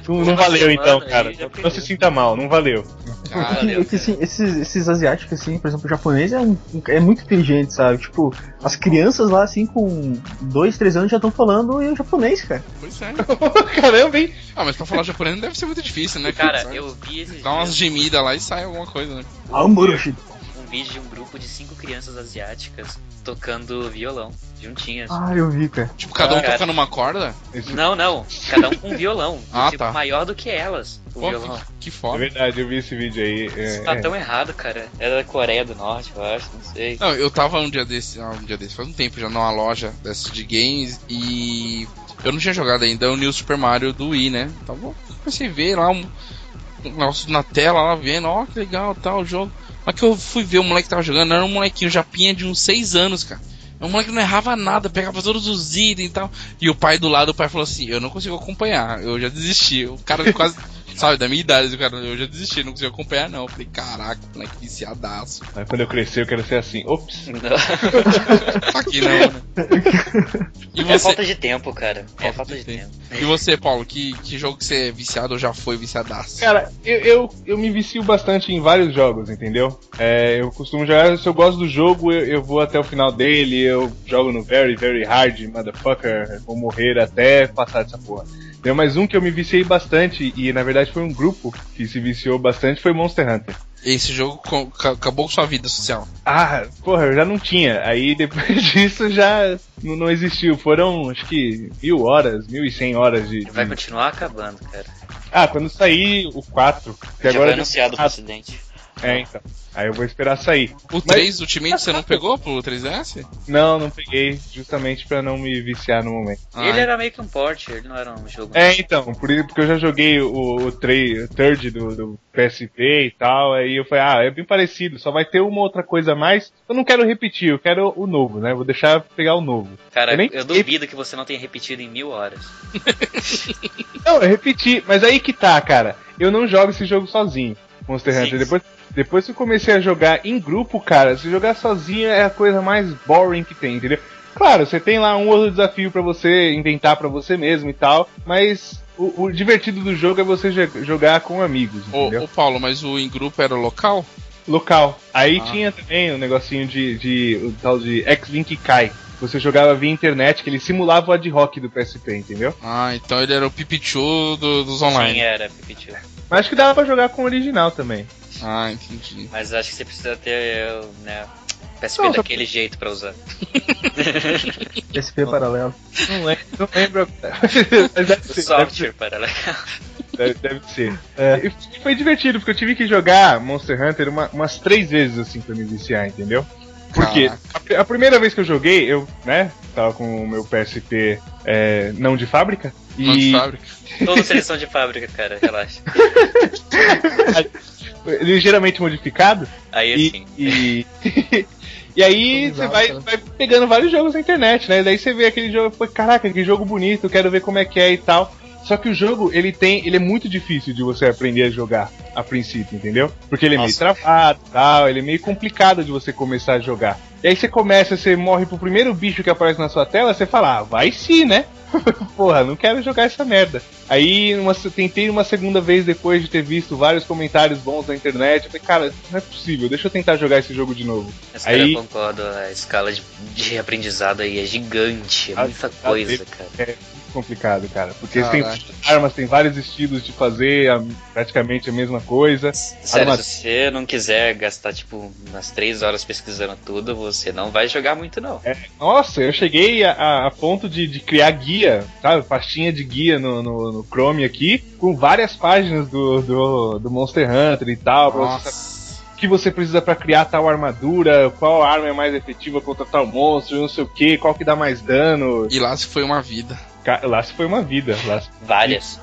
Speaker 5: Não,
Speaker 2: Uma
Speaker 5: não valeu
Speaker 2: semana
Speaker 5: então,
Speaker 2: aí,
Speaker 5: cara.
Speaker 2: já
Speaker 5: Não
Speaker 2: perdeu.
Speaker 5: se sinta mal, não valeu.
Speaker 2: Ah,
Speaker 4: que-
Speaker 2: meu
Speaker 4: é que, assim, esses, esses asiáticos, assim, por exemplo, o japonês é, um- é muito inteligente, sabe? Tipo, as crianças lá, assim, com dois, três anos já estão falando em japonês, cara.
Speaker 1: Pois é.
Speaker 5: Caramba, hein?
Speaker 1: Ah, mas pra falar japonês não deve ser muito difícil, né?
Speaker 2: Cara,
Speaker 1: Sabe?
Speaker 2: eu vi esses
Speaker 1: Dá umas
Speaker 2: dias
Speaker 1: gemidas lá e sai alguma coisa, né?
Speaker 4: Amoroshi.
Speaker 2: um vídeo de um grupo de cinco crianças asiáticas tocando violão, juntinhas.
Speaker 4: Ah, eu vi, cara.
Speaker 1: Tipo, cada um
Speaker 2: Ah, cara.
Speaker 1: tocando uma corda.
Speaker 5: Esse-
Speaker 2: Não, não, cada um com um violão.
Speaker 1: Ah,
Speaker 2: tipo,
Speaker 1: tá.
Speaker 2: maior do que elas, o
Speaker 1: Pô,
Speaker 2: violão.
Speaker 1: que, que
Speaker 5: É
Speaker 1: foda.
Speaker 5: verdade, eu vi esse vídeo aí.
Speaker 2: Isso
Speaker 5: É,
Speaker 2: tá
Speaker 5: é.
Speaker 2: tão errado, cara. Era da Coreia do Norte, eu acho, não sei.
Speaker 1: Não, eu tava um dia desse, ah, um dia desse, faz um tempo já numa loja dessas de games e eu não tinha jogado ainda o New Super Mario do Wii, né? Então eu comecei a ver lá um, um negócio na tela, lá vendo, ó, que legal, tal, o jogo. Mas que eu fui ver o moleque que tava jogando, era um molequinho japinha de uns 6 anos, cara. É um moleque que não errava nada, pegava todos os itens e tal. E o pai do lado, o pai falou assim: Eu não consigo acompanhar, eu já desisti. O cara quase, sabe, da minha idade, o cara, eu já desisti, não consigo acompanhar não. Eu falei: Caraca, moleque viciadaço.
Speaker 5: Mas quando eu crescer, eu quero ser assim. Ops.
Speaker 1: Só que não, né? E
Speaker 2: É
Speaker 1: você,
Speaker 2: falta de tempo, cara. É falta de tempo.
Speaker 1: e você Paulo, que, que jogo que você é viciado ou já foi viciadaço?
Speaker 5: Cara, eu, eu, eu me vicio bastante em vários jogos, entendeu? É, eu costumo jogar, se eu gosto do jogo, eu, eu vou até o final dele, eu jogo no very, very hard, motherfucker, vou morrer até passar dessa porra. Tem mais um que eu me viciei bastante, e na verdade foi um grupo que se viciou bastante, foi Monster Hunter.
Speaker 1: Esse jogo co- ca- acabou com sua vida social.
Speaker 5: Ah, porra, eu já não tinha. Aí depois disso já não, não existiu. Foram, acho que, mil horas, mil e cem horas de.
Speaker 2: Vai continuar acabando, cara.
Speaker 5: Ah, quando sair o 4. Que
Speaker 2: Já
Speaker 5: agora
Speaker 2: foi anunciado o
Speaker 5: Ah,
Speaker 2: presidente.
Speaker 5: É, então. Aí eu vou esperar sair.
Speaker 1: O 3 Ultimate você não pegou pro 3DS?
Speaker 5: Não, não peguei, justamente pra não me viciar no momento.
Speaker 1: Ah,
Speaker 2: Ele era meio que um port, ele não era um jogo.
Speaker 5: É, então, por isso, porque eu já joguei o, o, tre- o third do, do PSP e tal, aí eu falei, ah, é bem parecido, só vai ter uma outra coisa a mais. Eu não quero repetir, eu quero o novo, né? Vou deixar pegar o novo.
Speaker 2: Cara,
Speaker 5: eu
Speaker 2: eu,
Speaker 5: nem-
Speaker 2: duvido que você não tenha repetido em mil horas.
Speaker 5: Não, eu repeti, mas aí que tá, cara. Eu não jogo esse jogo sozinho, Monster
Speaker 2: Sim,
Speaker 5: Hunter.
Speaker 2: sim.
Speaker 5: Depois, depois que eu comecei a jogar em grupo, cara, se jogar sozinho é a coisa mais boring que tem, entendeu? Claro, você tem lá um outro desafio pra você inventar pra você mesmo e tal, mas o, o divertido do jogo é você jo- jogar com amigos,
Speaker 1: Ô,
Speaker 5: entendeu?
Speaker 1: ô, Paulo, mas o em grupo era local?
Speaker 5: Local. Aí
Speaker 1: Ah.
Speaker 5: tinha também um negocinho de, de o tal de X-Link Kai. Você jogava via internet, que ele simulava o ad hoc do PSP, entendeu?
Speaker 1: Ah, então ele era o Pipichu do- dos
Speaker 2: Sim,
Speaker 1: online.
Speaker 2: era, repetiu.
Speaker 5: Mas acho que dava pra jogar com o original também.
Speaker 1: Ah, entendi.
Speaker 2: Mas acho que você precisa ter, né, PSP
Speaker 5: Não, só-
Speaker 2: daquele jeito pra usar.
Speaker 4: SP paralelo.
Speaker 5: Não lembro, não lembro. Mas deve ser, deve ser,
Speaker 2: Software para
Speaker 5: deve, deve ser.
Speaker 1: É.
Speaker 5: E foi divertido, porque eu tive que jogar Monster Hunter uma- umas três vezes assim pra me viciar, entendeu? Porque
Speaker 1: Caraca.
Speaker 5: a, a primeira vez que eu joguei, eu, né, tava com o meu PSP é, não de fábrica.
Speaker 1: Não de
Speaker 5: E
Speaker 1: fábrica.
Speaker 2: Toda seleção de fábrica, cara, relaxa.
Speaker 5: ligeiramente modificado.
Speaker 2: Aí
Speaker 5: E,
Speaker 2: assim,
Speaker 5: e, e aí você
Speaker 4: Exato.
Speaker 5: vai, vai pegando vários jogos na internet, né? Daí você vê aquele jogo, pô, caraca, que jogo bonito, quero ver como é que é e tal. Só que o jogo, ele tem. Ele é muito difícil de você aprender a jogar a princípio, entendeu? Porque ele é meio
Speaker 2: Nossa.
Speaker 5: travado e tal, ele é meio complicado de você começar a jogar. E aí você começa, você morre pro primeiro bicho que aparece na sua tela, você fala, ah, vai sim, né? Porra, não quero jogar essa merda. Aí uma, tentei uma segunda vez depois de ter visto vários comentários bons na internet. Eu falei, cara, não é possível, deixa eu tentar jogar esse jogo de novo.
Speaker 2: mas cara,
Speaker 5: aí-
Speaker 2: eu concordo, a escala de, de aprendizado aí é gigante, é
Speaker 5: Ah,
Speaker 2: muita
Speaker 5: ah,
Speaker 2: coisa, cara.
Speaker 5: complicado, cara. Porque tem
Speaker 1: Caraca.
Speaker 5: armas, tem vários estilos de fazer a- praticamente a mesma coisa.
Speaker 2: Sério,
Speaker 5: arma-
Speaker 2: se você não quiser gastar, tipo, umas três horas pesquisando tudo, você não vai jogar muito, não.
Speaker 5: É. Nossa, eu cheguei a- a, a ponto de, de criar guia, sabe? Pastinha de guia no, no, no Chrome aqui, com várias páginas do, do, do Monster Hunter e tal, pra você saber
Speaker 1: Nossa.
Speaker 5: o que você precisa pra criar tal armadura, qual arma é mais efetiva contra tal monstro, não sei o que, qual que dá mais dano.
Speaker 1: E lá se foi uma vida.
Speaker 5: Ca- Lá se foi uma vida, lá se
Speaker 2: Várias.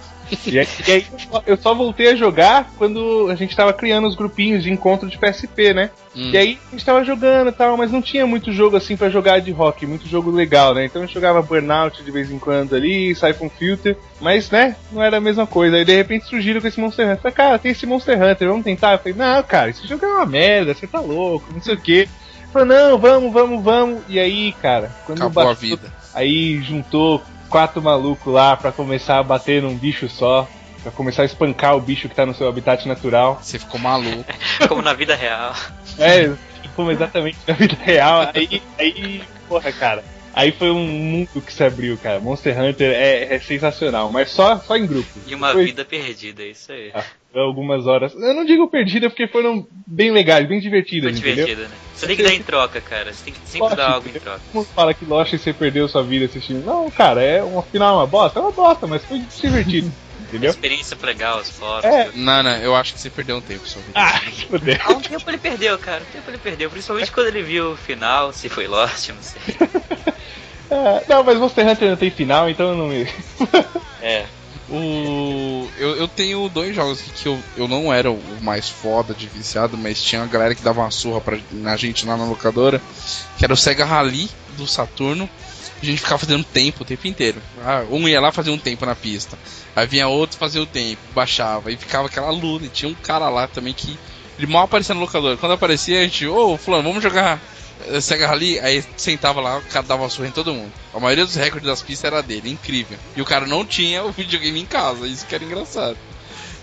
Speaker 5: E aí, e aí eu só- eu só voltei a jogar quando a gente tava criando os grupinhos de encontro de PSP, né?
Speaker 1: Hum.
Speaker 5: E aí a gente tava jogando e tal, mas não tinha muito jogo assim pra jogar de rock, muito jogo legal, né? Então eu jogava Burnout de vez em quando ali, Siphon Filter, mas né, não era a mesma coisa. Aí de repente surgiram com esse Monster Hunter. Eu Falei, cara, tem esse Monster Hunter, vamos tentar? Eu falei, não, cara, esse jogo é uma merda, você tá louco, não sei o quê. Eu Falei, não, vamos, vamos, vamos. E aí, cara, quando
Speaker 1: Acabou a
Speaker 5: bateu-
Speaker 1: vida.
Speaker 5: Aí juntou quatro malucos lá pra começar a bater num bicho só. Pra começar a espancar o bicho que tá no seu habitat natural.
Speaker 1: Você ficou maluco.
Speaker 2: Como na vida real.
Speaker 5: É, como exatamente na vida real. Aí, aí, porra, cara. Aí foi um mundo que se abriu, cara. Monster Hunter é, é sensacional, mas só, só em grupo.
Speaker 2: E uma
Speaker 5: Foi
Speaker 2: vida perdida, é isso aí.
Speaker 5: Algumas horas. Eu não digo perdida porque foram bem legais, bem
Speaker 2: Foi
Speaker 5: divertidas, entendeu?
Speaker 2: divertida, né? Você tem que dar em troca, cara. Você tem que sempre
Speaker 5: Lógico,
Speaker 2: dar algo em
Speaker 5: entendeu?
Speaker 2: troca.
Speaker 5: Todo mundo fala que Lost você perdeu sua vida assistindo. Não, cara, é uma final, é uma bosta, é uma bosta, mas foi divertido,
Speaker 2: Uma
Speaker 5: entendeu?
Speaker 2: experiência legal, os fóruns.
Speaker 5: É.
Speaker 1: Não, não, eu acho que você perdeu um tempo, só.
Speaker 5: Ah, que poder.
Speaker 2: Há um tempo ele perdeu, cara. Um tempo ele perdeu. Principalmente quando ele viu o final, se foi Lost, eu não sei.
Speaker 5: É, não, mas Monster Hunter não tem final, então eu não me.
Speaker 2: É.
Speaker 1: O... Eu, eu tenho dois jogos aqui que eu, eu não era o mais foda de viciado, mas tinha uma galera que dava uma surra pra, na gente lá na locadora, que era o Sega Rally do Saturno. A gente ficava fazendo tempo o tempo inteiro. Ah, um ia lá fazer um tempo na pista. Aí vinha outro fazer o tempo, baixava, e ficava aquela luta. E tinha um cara lá também que. Ele mal aparecia na locadora. Quando aparecia, a gente, ô fulano, vamos jogar eh, Sega Rally? Aí sentava lá, o cara dava uma surra em todo mundo. A maioria dos recordes das pistas era dele, incrível. E o cara não tinha o videogame em casa, isso que era engraçado.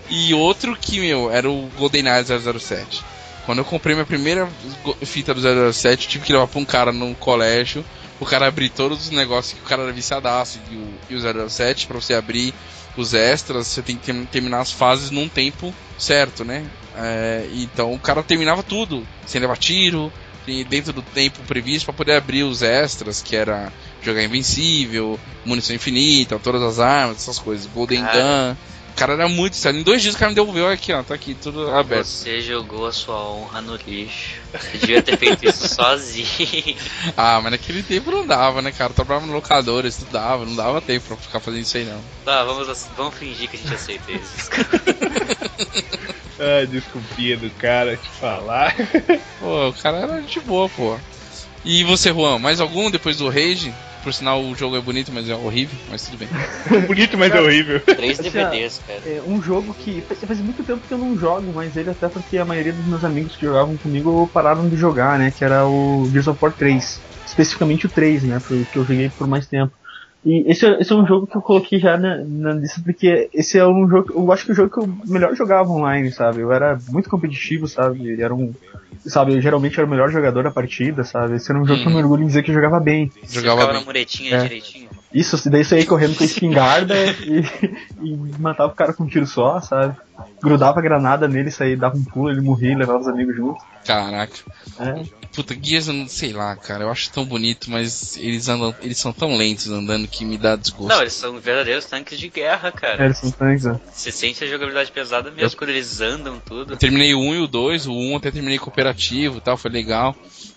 Speaker 1: E outro que, meu, era o GoldenEye 007. Quando eu comprei minha primeira go- fita do 007, eu tive que levar pra um cara num colégio. O cara abriu todos os negócios que o cara era viciadaço. E o, e o 007, pra você abrir os extras, você tem que ter- terminar as fases num tempo certo, né? É, então o cara terminava tudo, sem levar tiro, e dentro do tempo previsto pra poder abrir os extras, que era jogar invencível, munição infinita, todas as armas, essas coisas, Golden
Speaker 2: Cara.
Speaker 1: Gun. O cara era muito sério. Em dois dias o cara me devolveu aqui, ó, tá aqui, tudo aberto.
Speaker 2: Você jogou a sua honra no lixo. Você devia ter feito isso sozinho.
Speaker 1: Ah, mas naquele tempo não dava, né, cara? Eu trabalhava no locador, eu estudava, não dava tempo pra ficar fazendo isso aí, não.
Speaker 2: Tá, vamos, ace- vamos fingir que a gente aceita isso.
Speaker 5: Ah, desculpinha do cara te falar.
Speaker 1: Pô, o cara era de boa, pô. E você, Juan, mais algum depois do Rage? Por sinal, o jogo é bonito, mas é horrível, mas tudo bem.
Speaker 5: Bonito, mas é horrível.
Speaker 2: Três
Speaker 4: Assim, ó,
Speaker 2: DVDs, cara.
Speaker 4: É um jogo que faz, faz muito tempo que eu não jogo, mas ele até porque a maioria dos meus amigos que jogavam comigo pararam de jogar, né? Que era o Gears of War 3. Especificamente o 3, né? Foi o que eu joguei por mais tempo. E esse, é- esse é um jogo que eu coloquei já na, na lista, porque esse é um jogo, eu acho que é o jogo que eu melhor jogava online, sabe? Eu era muito competitivo, sabe? Era um, sabe? Eu geralmente era o melhor jogador da partida, sabe? Esse era um jogo que eu
Speaker 1: Uhum.
Speaker 4: me orgulho em dizer que eu jogava bem.
Speaker 2: Você
Speaker 1: Jogava
Speaker 2: ficava na
Speaker 1: bem.
Speaker 2: muretinha
Speaker 4: É.
Speaker 2: direitinho.
Speaker 4: Isso, se daí saía correndo com a espingarda e, e matava o cara com um tiro só, sabe? Grudava a granada nele, saía, dava um pulo, ele morria e levava os amigos junto.
Speaker 1: Caraca.
Speaker 4: É.
Speaker 1: Puta, Gears eu não sei lá, cara. Eu acho tão bonito, mas eles andam, eles são tão lentos andando que me dá desgosto.
Speaker 2: Não, eles são verdadeiros tanques de guerra,
Speaker 1: É.
Speaker 2: cara.
Speaker 4: é, Eles são né? tanques, ó.
Speaker 2: Você sente a jogabilidade pesada mesmo quando eles andam tudo.
Speaker 1: Eu terminei o 1 e o 2, o 1 até terminei cooperativo e tal, foi legal.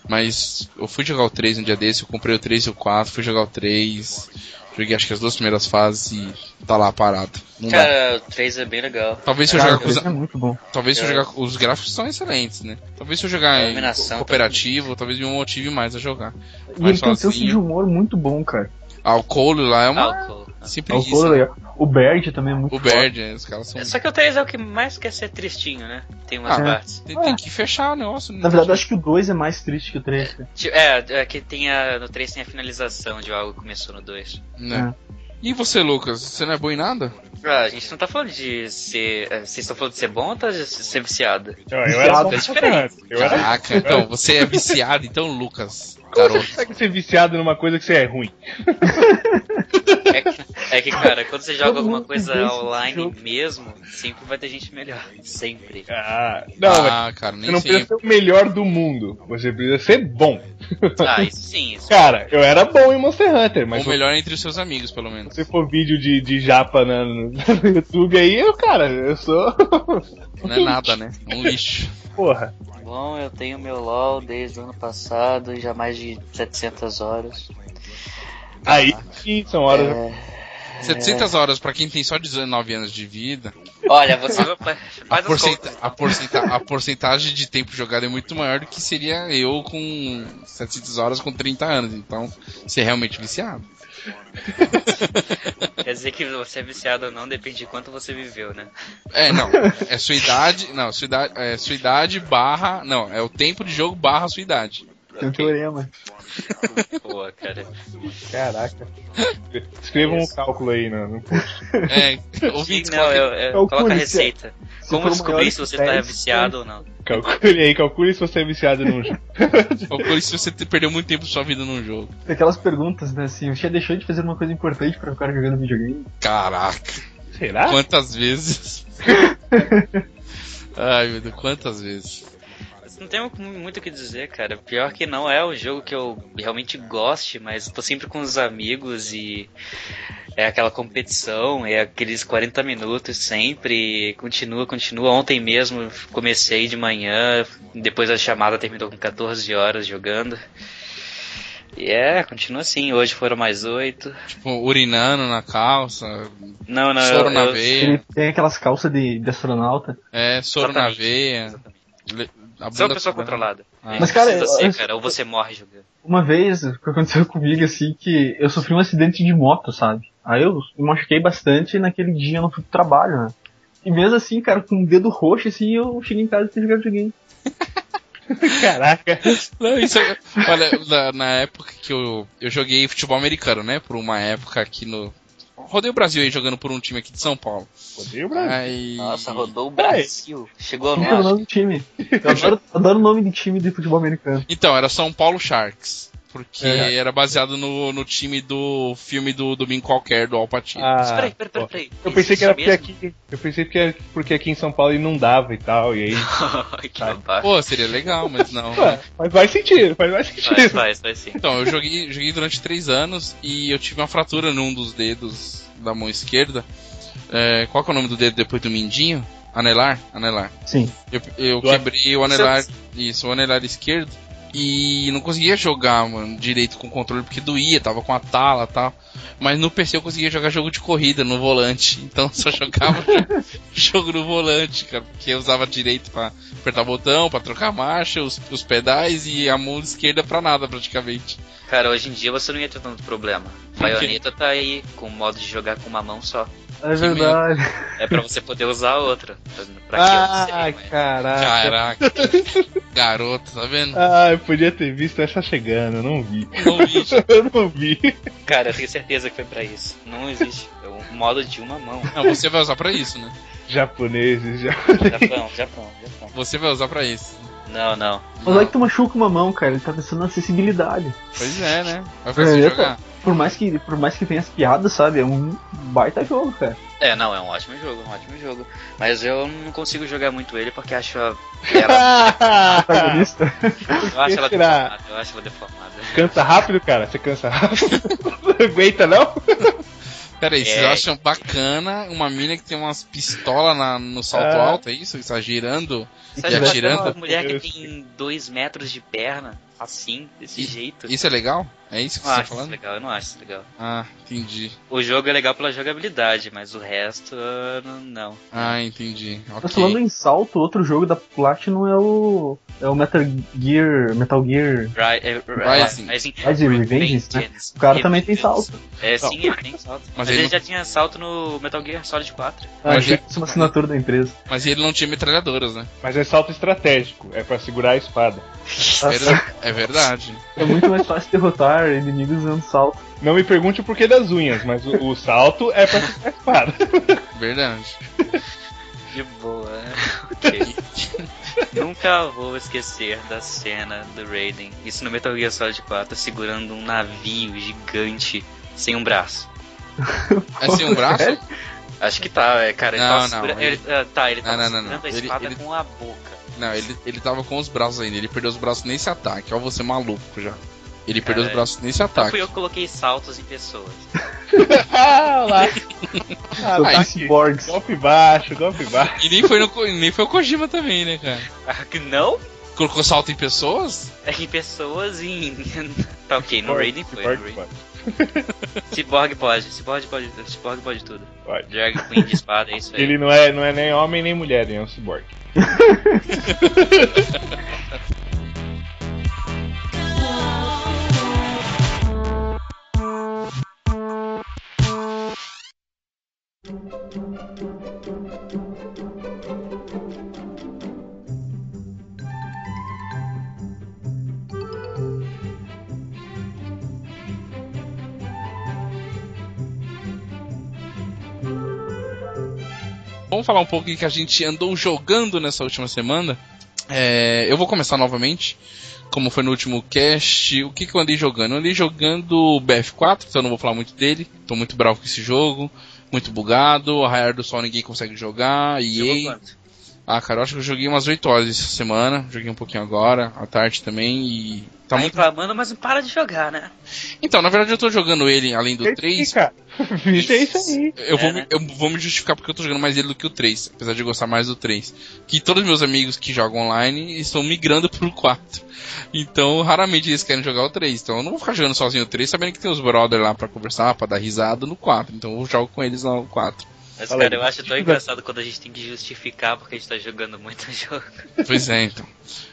Speaker 1: Mas eu fui jogar o 3 um dia desse, eu comprei o 3 e o 4, fui jogar o 3. Joguei acho que as duas primeiras fases e tá lá parado. Não dá.
Speaker 2: Cara, o 3 é bem legal.
Speaker 1: Talvez se eu
Speaker 4: Cara,
Speaker 1: jogar com os,
Speaker 4: esse é muito bom.
Speaker 1: Talvez se eu
Speaker 2: É.
Speaker 1: jogar. Os gráficos são excelentes, né? Talvez se eu jogar
Speaker 2: A
Speaker 1: em
Speaker 2: iluminação
Speaker 1: co- cooperativo, talvez me motive mais a jogar.
Speaker 4: E
Speaker 1: Vai
Speaker 4: ele tem um senso
Speaker 1: sozinho.
Speaker 4: de humor muito bom, cara.
Speaker 1: Ah, o Cole lá é uma.
Speaker 2: Álcool.
Speaker 1: sempre
Speaker 4: É o colo
Speaker 1: isso.
Speaker 4: legal. O Bird também é muito
Speaker 1: O
Speaker 4: foda.
Speaker 1: Bird, é, os caras são.
Speaker 2: É, Só que o 3 é o que mais quer ser tristinho, né? Tem umas
Speaker 1: Ah, é.
Speaker 2: partes.
Speaker 1: Tem, tem que fechar o negócio. né?
Speaker 4: Na verdade, eu acho que o 2 é mais triste que o 3. cara.
Speaker 2: Ti- É, é que tem a, no 3 tem a finalização de algo que começou no 2.
Speaker 1: Né?
Speaker 4: é.
Speaker 1: E você, Lucas? Você não é bom em nada?
Speaker 2: Ah, a gente não tá falando de ser. é, Vocês estão falando de ser bom ou tá de ser viciado?
Speaker 5: Eu era só
Speaker 4: Viciado,
Speaker 2: é
Speaker 5: Monster Hunter. Eu era.
Speaker 1: Caraca, então, você é viciado, então, Lucas.
Speaker 5: Como
Speaker 1: Garoto.
Speaker 5: você consegue ser viciado numa coisa que você é ruim?
Speaker 2: É que, é que, cara, quando você joga
Speaker 4: Todo
Speaker 2: alguma
Speaker 4: mundo
Speaker 2: coisa
Speaker 4: vê esse
Speaker 2: online
Speaker 4: jogo.
Speaker 2: mesmo, sempre vai ter gente melhor. Sempre.
Speaker 5: Ah, não, mas
Speaker 1: ah, cara,
Speaker 5: você
Speaker 1: nem
Speaker 5: não
Speaker 1: sei.
Speaker 5: precisa ser o melhor do mundo. Você precisa ser bom.
Speaker 2: Ah, isso sim, isso.
Speaker 5: Cara, eu era bom em Monster Hunter, mas
Speaker 1: Ou melhor é entre os seus amigos, pelo menos.
Speaker 5: se você for vídeo de, de japa na- no, no YouTube aí, eu, cara, eu sou.
Speaker 1: Não é nada, né? É Um lixo.
Speaker 5: Porra.
Speaker 2: Bom, eu tenho meu LOL desde o ano passado, já mais de 700 horas.
Speaker 5: Aí
Speaker 1: Ah.
Speaker 5: sim, são horas.
Speaker 1: É.
Speaker 5: É.
Speaker 1: 700 horas pra quem tem só 19 anos de vida,
Speaker 2: Olha, você vai-
Speaker 1: a,
Speaker 2: faz as
Speaker 1: porcenta-
Speaker 2: contas.
Speaker 1: a, porcenta- a porcentagem de tempo jogado é muito maior do que seria eu com 700 horas com 30 anos. Então, você é realmente viciado.
Speaker 2: Quer dizer que você é viciado ou não, depende de quanto você viveu, né?
Speaker 1: É, não. É sua idade. Não, sua idade, é sua idade barra. Não, é o tempo de jogo barra sua idade.
Speaker 4: Tem um teorema.
Speaker 2: Pô, cara.
Speaker 5: Caraca. Escrevam um
Speaker 2: Isso.
Speaker 5: cálculo aí no, no post.
Speaker 1: É, ouvintes,
Speaker 2: Não,
Speaker 1: coloquem-
Speaker 2: eu, eu-
Speaker 4: Calcule,
Speaker 2: coloca a
Speaker 4: se-
Speaker 2: receita.
Speaker 4: é Se for
Speaker 2: Como
Speaker 4: o maior
Speaker 2: descobrir se
Speaker 4: que
Speaker 2: você tá
Speaker 4: 10,
Speaker 2: viciado ou não.
Speaker 5: Calcule aí, calcule se você é viciado num jogo.
Speaker 1: calcule se você te- perdeu muito tempo da sua vida num jogo.
Speaker 4: tem Aquelas perguntas, né? Assim, você deixou de fazer uma coisa importante pra ficar jogando videogame?
Speaker 1: Caraca,
Speaker 5: Será?
Speaker 1: quantas vezes? Ai, meu Deus, quantas vezes?
Speaker 2: Não tenho mu- muito o que dizer, cara. Pior que não é um jogo que eu realmente goste, mas tô sempre com os amigos e é aquela competição, é aqueles 40 minutos sempre, e continua, continua. Ontem mesmo comecei de manhã, depois a chamada terminou com 14 horas jogando. E é, continua assim. Hoje foram mais oito.
Speaker 1: Tipo, urinando na calça,
Speaker 2: Não, não,
Speaker 1: soro
Speaker 2: eu,
Speaker 1: na
Speaker 2: eu-
Speaker 1: veia.
Speaker 4: Ele tem aquelas calças de, de astronauta.
Speaker 1: É, soro na
Speaker 2: Exatamente.
Speaker 1: veia. le- a
Speaker 2: Sou uma
Speaker 1: bunda
Speaker 2: pessoa
Speaker 1: pra-
Speaker 2: controlada.
Speaker 1: Ah.
Speaker 2: A gente
Speaker 4: Mas, cara,
Speaker 2: precisa
Speaker 4: eu-
Speaker 2: ser, cara, ou você morre jogando.
Speaker 4: Uma vez, o que aconteceu comigo, assim, que eu sofri um acidente de moto, sabe? Aí eu me machuquei bastante e naquele dia eu não fui pro trabalho, né? E mesmo assim, cara, com o dedo roxo, assim, eu cheguei em casa e fui jogar videogame.
Speaker 5: Caraca.
Speaker 1: Não, isso é- Olha, na, na época que eu, eu joguei futebol americano, né? Por uma época aqui no. Rodei o Brasil aí jogando por um time aqui de São Paulo.
Speaker 5: Odeio o Brasil.
Speaker 1: Aí...
Speaker 2: Nossa, rodou o Brasil. Chegou
Speaker 4: Como que era o
Speaker 2: longe.
Speaker 4: nome do time? Eu adoro, adoro o nome de time de futebol americano.
Speaker 1: Então, era São Paulo Sharks. Porque
Speaker 5: É.
Speaker 1: era baseado no, no time do filme do Domingo Qualquer, do Alpatino.
Speaker 5: Ah,
Speaker 2: Mas peraí, peraí, peraí, peraí.
Speaker 5: eu pensei que era porque
Speaker 2: Existe
Speaker 5: aqui. Eu pensei que era porque aqui em São Paulo inundava e tal. E aí.
Speaker 2: mesmo? que
Speaker 5: Tá.
Speaker 2: babaca.
Speaker 1: Pô, seria legal, mas não.
Speaker 5: Ué, mas faz sentido, mas faz
Speaker 2: Vai,
Speaker 5: sentido.
Speaker 2: vai, vai sim.
Speaker 1: Então, eu joguei, joguei durante três anos e eu tive uma fratura num dos dedos da mão esquerda. É, qual que é o nome do dedo depois do mindinho? Anelar? Anelar.
Speaker 4: Sim.
Speaker 1: Eu, eu
Speaker 5: Do-
Speaker 1: quebrei o anelar. Isso, o anelar esquerdo. E não conseguia jogar, mano, direito com o controle, porque doía, tava com a tala e tal. Mas no PC eu conseguia jogar jogo de corrida no volante. Então eu só jogava jo- jogo no volante, cara. Porque eu usava direito pra apertar botão, pra trocar marcha, os, os pedais e a mão esquerda pra nada praticamente.
Speaker 2: Cara, hoje em dia você não ia ter tanto problema. Baioneta tá aí com o modo de jogar com uma mão só.
Speaker 4: É verdade.
Speaker 2: É pra você poder usar a outra. Pra- Pra que
Speaker 5: Ah,
Speaker 2: eu não sei, mas-
Speaker 5: caraca.
Speaker 1: Caraca, garoto, tá vendo?
Speaker 5: Ah, eu podia ter visto essa chegando, eu não vi.
Speaker 1: Não vi,
Speaker 5: Eu não vi.
Speaker 2: Cara, eu tenho certeza que foi pra isso. Não existe. É um modo de uma mão.
Speaker 1: Não, você vai usar pra isso, né?
Speaker 5: Japoneses, já.
Speaker 2: Japão, Japão, Japão.
Speaker 1: Você vai usar pra isso.
Speaker 2: Não, não.
Speaker 4: Mas olha que tu machuca uma mão, cara. Ele tá pensando na acessibilidade.
Speaker 1: Pois é, né? Vai fazer
Speaker 4: É,
Speaker 1: jogar.
Speaker 4: Por mais que, por mais que tenha as piadas, sabe? É um baita jogo, cara.
Speaker 2: É, não, é um ótimo jogo, um ótimo jogo. Mas eu não consigo jogar muito ele porque acho a. ela-
Speaker 5: É,
Speaker 4: Protagonista.
Speaker 2: eu acho ela
Speaker 5: será?
Speaker 2: deformada, eu acho ela deformada.
Speaker 5: Cansa rápido, cara? Você cansa rápido? Não aguenta, não?
Speaker 1: Peraí, vocês
Speaker 2: É.
Speaker 1: acham bacana uma mina que tem umas pistolas na- no salto
Speaker 5: Ah.
Speaker 1: alto, é isso? Que tá girando?
Speaker 2: Você
Speaker 1: E
Speaker 2: acha
Speaker 1: atirando?
Speaker 2: uma mulher que
Speaker 5: Meu
Speaker 2: tem dois metros de perna, assim, desse jeito?
Speaker 1: Isso é legal? É isso que
Speaker 2: não
Speaker 1: você tá
Speaker 2: acho Ah, isso
Speaker 1: falando?
Speaker 2: legal, eu não acho isso legal.
Speaker 1: Ah, entendi.
Speaker 2: O jogo é legal pela jogabilidade, mas o resto, ah, não- não.
Speaker 1: Ah, entendi. Ok.
Speaker 4: Mas falando em salto, outro jogo da Platinum é o. É o Metal Gear. Metal Gear.
Speaker 2: Ri- é, é,
Speaker 1: Rising.
Speaker 2: Rising.
Speaker 4: Rising Revengeance, né? O cara também tem
Speaker 2: Revengeance.
Speaker 4: salto.
Speaker 2: É, sim, ele tem salto. Mas,
Speaker 1: ele
Speaker 2: ele
Speaker 1: não-
Speaker 2: já tinha salto no Metal Gear Solid 4.
Speaker 4: Ah,
Speaker 1: Mas
Speaker 4: achei
Speaker 1: é-
Speaker 4: que fosse uma assinatura da empresa.
Speaker 1: Mas ele não tinha metralhadoras, né?
Speaker 5: Mas é salto estratégico, é pra segurar a espada.
Speaker 1: Era- É verdade.
Speaker 4: É muito mais fácil derrotar inimigos usando salto.
Speaker 5: Não me pergunte o porquê das unhas, mas o, o salto é pra segurar a espada.
Speaker 1: Verdade.
Speaker 2: De boa. ok. Nunca vou esquecer da cena do Raiden. Isso no Metal Gear Solid 4, segurando um navio gigante sem um braço.
Speaker 1: É sem um braço?
Speaker 2: Acho que tá, é, cara. ele
Speaker 1: Não,
Speaker 2: tava
Speaker 1: não,
Speaker 2: segura-
Speaker 1: ele-
Speaker 2: ele- ah, tá, ele
Speaker 1: Não, não,
Speaker 2: tava
Speaker 1: não,
Speaker 2: segurando
Speaker 1: não.
Speaker 2: a
Speaker 1: Ele-
Speaker 2: espada
Speaker 1: ele-
Speaker 2: com a boca.
Speaker 1: Não, ele, ele tava com os braços ainda. Ele perdeu os braços nesse ataque. Olha você é maluco já. Ele perdeu os
Speaker 2: Caralho.
Speaker 1: braços nesse
Speaker 2: É. Não fui
Speaker 1: ataque.
Speaker 2: eu que coloquei saltos em pessoas.
Speaker 5: ah, lá. Ah,
Speaker 4: Eu
Speaker 5: tá
Speaker 4: tenho
Speaker 5: aqui.
Speaker 4: cyborgs.
Speaker 5: Golpe baixo, golpe baixo.
Speaker 1: E nem foi, no, Ko- nem foi o Kojima também, né, cara?
Speaker 2: Ah, que Não?
Speaker 1: Colocou salto em pessoas?
Speaker 2: É Em pessoas e em. tá ok, no Raiden foi.
Speaker 5: Cyborg,
Speaker 2: no Raiden.
Speaker 5: pode.
Speaker 2: Cyborg pode, Cyborg pode, Cyborg pode tudo.
Speaker 5: Pode.
Speaker 2: Drag Queen de espada, é isso aí.
Speaker 5: Ele não é, não é nem homem nem mulher, ele é um cyborg.
Speaker 1: Vamos falar um pouco do que a gente andou jogando nessa última semana. É, eu vou começar novamente, como foi no último cast. O que, que eu andei jogando? Eu andei jogando BF4, então eu não vou falar muito dele. Tô muito bravo com esse jogo, muito bugado. A Raiar do Sol ninguém consegue jogar.
Speaker 2: Jogou
Speaker 1: E
Speaker 2: quanto?
Speaker 1: ah, cara, eu acho que eu joguei umas 8 horas essa semana. Joguei um pouquinho agora, à tarde também. E tá
Speaker 2: Tá
Speaker 1: muito.
Speaker 2: reclamando, mas não para de jogar, né?
Speaker 1: Então, na verdade, eu tô jogando ele além do 3.
Speaker 5: Fica. Isso é isso aí.
Speaker 1: Eu,
Speaker 2: É,
Speaker 1: vou,
Speaker 2: né?
Speaker 1: me- eu vou me justificar porque eu tô jogando mais ele do que o 3, apesar de eu gostar mais do 3. Que todos os meus amigos que jogam online estão migrando pro 4. Então, raramente eles querem jogar o 3. Então, eu não vou ficar jogando sozinho o 3, sabendo que tem os brother lá pra conversar, pra dar risada no 4. Então, eu jogo com eles lá no 4.
Speaker 2: Mas,
Speaker 5: Fala aí,
Speaker 2: cara, eu acho tão
Speaker 5: justifica.
Speaker 2: engraçado quando a gente tem que justificar porque a gente tá jogando muito jogo.
Speaker 1: Pois é, então.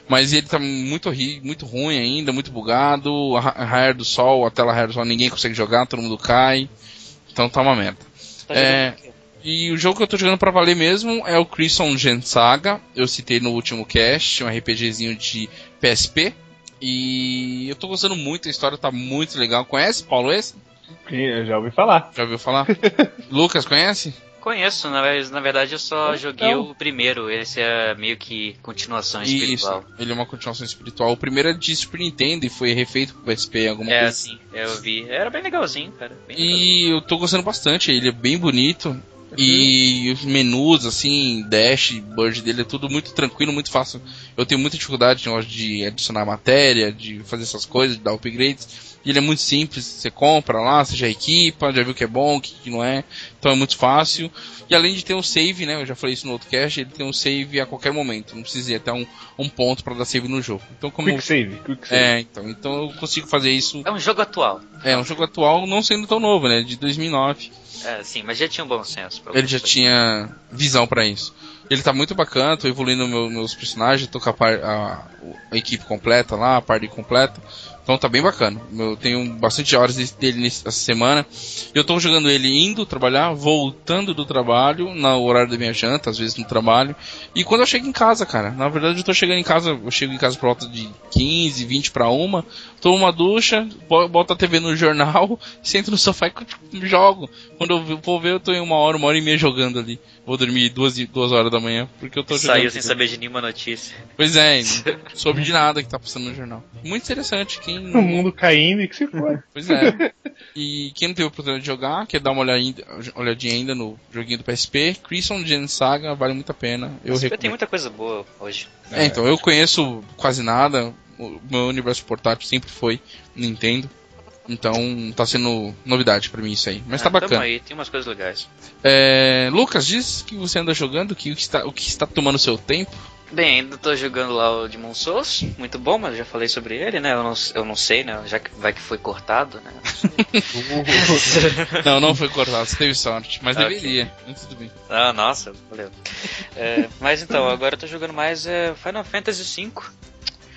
Speaker 1: Mas ele tá muito, ri, muito ruim ainda, muito bugado. A ra- a raia do sol, a tela raia do sol, ninguém consegue jogar, todo mundo cai. Então, tá uma merda.
Speaker 2: Tá
Speaker 1: É.
Speaker 2: jogando por quê?
Speaker 1: E o jogo que eu tô jogando pra valer mesmo é o Crimson Gen Saga. Eu citei no último cast, um RPGzinho de PSP. E eu tô gostando muito, a história tá muito legal. Conhece, Paulo, esse?
Speaker 5: Sim, eu já ouvi falar.
Speaker 1: Já ouviu falar? Lucas, conhece?
Speaker 2: Conheço, na, ve- na verdade eu só
Speaker 5: Então.
Speaker 2: joguei o primeiro. Esse é meio que continuação espiritual.
Speaker 1: ele é uma continuação espiritual. O primeiro é de Super Nintendo e foi refeito pro PSP alguma
Speaker 2: É,
Speaker 1: coisa.
Speaker 2: assim, eu vi. Era bem legalzinho, cara. Bem legalzinho.
Speaker 1: E eu tô gostando bastante, ele é bem bonito.
Speaker 5: Uhum.
Speaker 1: E os menus, assim, dash, bird dele é tudo muito tranquilo, muito fácil. Eu tenho muita dificuldade no negócio de adicionar matéria, de fazer essas coisas, de dar upgrades. E ele é muito simples, você compra lá, você já equipa, já viu o que é bom, o que que não é. Então é muito fácil. E além de ter um save, né? Eu já falei isso no outro cast, ele tem um save a qualquer momento. Não precisa ir até um, um ponto pra dar save no jogo. Então como.
Speaker 5: Quick save, quick save.
Speaker 1: É, então, então eu consigo fazer isso.
Speaker 2: É um jogo atual.
Speaker 1: É, um jogo atual não sendo tão novo, né? De 2009.
Speaker 2: É, sim, mas já tinha um bom senso. pra
Speaker 1: Ele já
Speaker 2: algumas
Speaker 1: tinha visão pra isso. Ele tá muito bacana, tô evoluindo meu- meus personagens, tô com a, par- a- a equipe completa lá, a party completa. Então tá bem bacana. Eu tenho bastante horas desse- dele nesse- essa semana. Eu tô jogando ele indo trabalhar, voltando do trabalho, no horário da minha janta, às vezes no trabalho. E quando eu chego em casa, cara, na verdade eu tô chegando em casa, eu chego em casa por volta de 15, 20 pra uma, tomo uma ducha, bo- boto a TV no jornal, sento no sofá e jogo. Quando eu vou ver, eu tô em uma hora, uma hora e meia jogando ali. Vou dormir duas, e- duas horas da manhã, porque eu tô
Speaker 2: coisas.
Speaker 1: jogando.
Speaker 2: Saiu sem saber de nenhuma notícia.
Speaker 1: Pois é, não soube de nada que tá passando no jornal. Muito interessante, quem.
Speaker 5: O mundo caindo e que se
Speaker 1: Uhum.
Speaker 5: foi.
Speaker 1: Pois é. E quem não teve a oportunidade de jogar, quer dar uma olhadinha, olhadinha ainda no joguinho do PSP, Crimson Gen Saga vale muito a pena. Eu
Speaker 2: Mas tem
Speaker 1: recomendo.
Speaker 2: muita coisa boa hoje.
Speaker 1: É, então, eu conheço quase nada. O meu universo portátil sempre foi Nintendo. Então, tá sendo novidade pra mim isso aí. Mas tá
Speaker 2: Ah, tamo
Speaker 1: bacana.
Speaker 2: aí, tem umas coisas legais.
Speaker 1: É, Lucas, diz que você anda jogando, que o que está, o que está tomando seu tempo.
Speaker 2: Bem, ainda tô jogando lá o Demon Souls, muito bom, mas eu já falei sobre ele, né? Eu não, eu não sei, né? Já que vai que foi cortado, né?
Speaker 1: Não, não foi cortado, você teve sorte. Mas
Speaker 2: Ah, Ok.
Speaker 1: deveria. Mas tudo bem.
Speaker 2: Ah, nossa, valeu. É, mas então, agora eu tô jogando mais é, Final Fantasy V.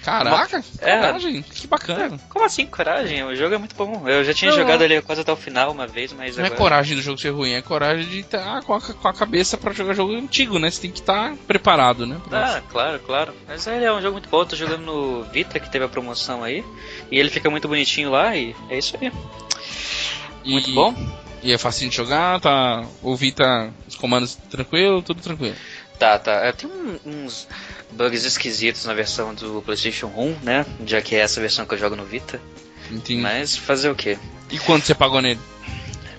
Speaker 1: Caraca,
Speaker 2: É.
Speaker 1: coragem, que bacana.
Speaker 2: Como assim, coragem? O jogo é muito bom. Eu já tinha
Speaker 1: Não,
Speaker 2: jogado
Speaker 1: não.
Speaker 2: ele quase até o final uma vez, mas
Speaker 1: Não é
Speaker 2: agora.
Speaker 1: coragem do jogo ser ruim, é coragem de estar com, a, com a cabeça pra jogar jogo antigo, né? Você tem que estar preparado, né? pra isso.
Speaker 2: Ah, claro, claro. Mas ele é um jogo muito bom. Eu tô jogando no Vita, que teve a promoção aí. E ele fica muito bonitinho lá, e é isso aí. Muito
Speaker 1: E-
Speaker 2: bom.
Speaker 1: E é facinho de jogar, tá. Ouvir tá os comandos tranquilo, tudo tranquilo.
Speaker 2: Tá, tá. É, Tem um- uns bugs esquisitos na versão do PlayStation 1, né? Já que é essa versão que eu jogo no Vita.
Speaker 1: Entendi.
Speaker 2: Mas fazer o quê?
Speaker 1: E quanto você pagou nele?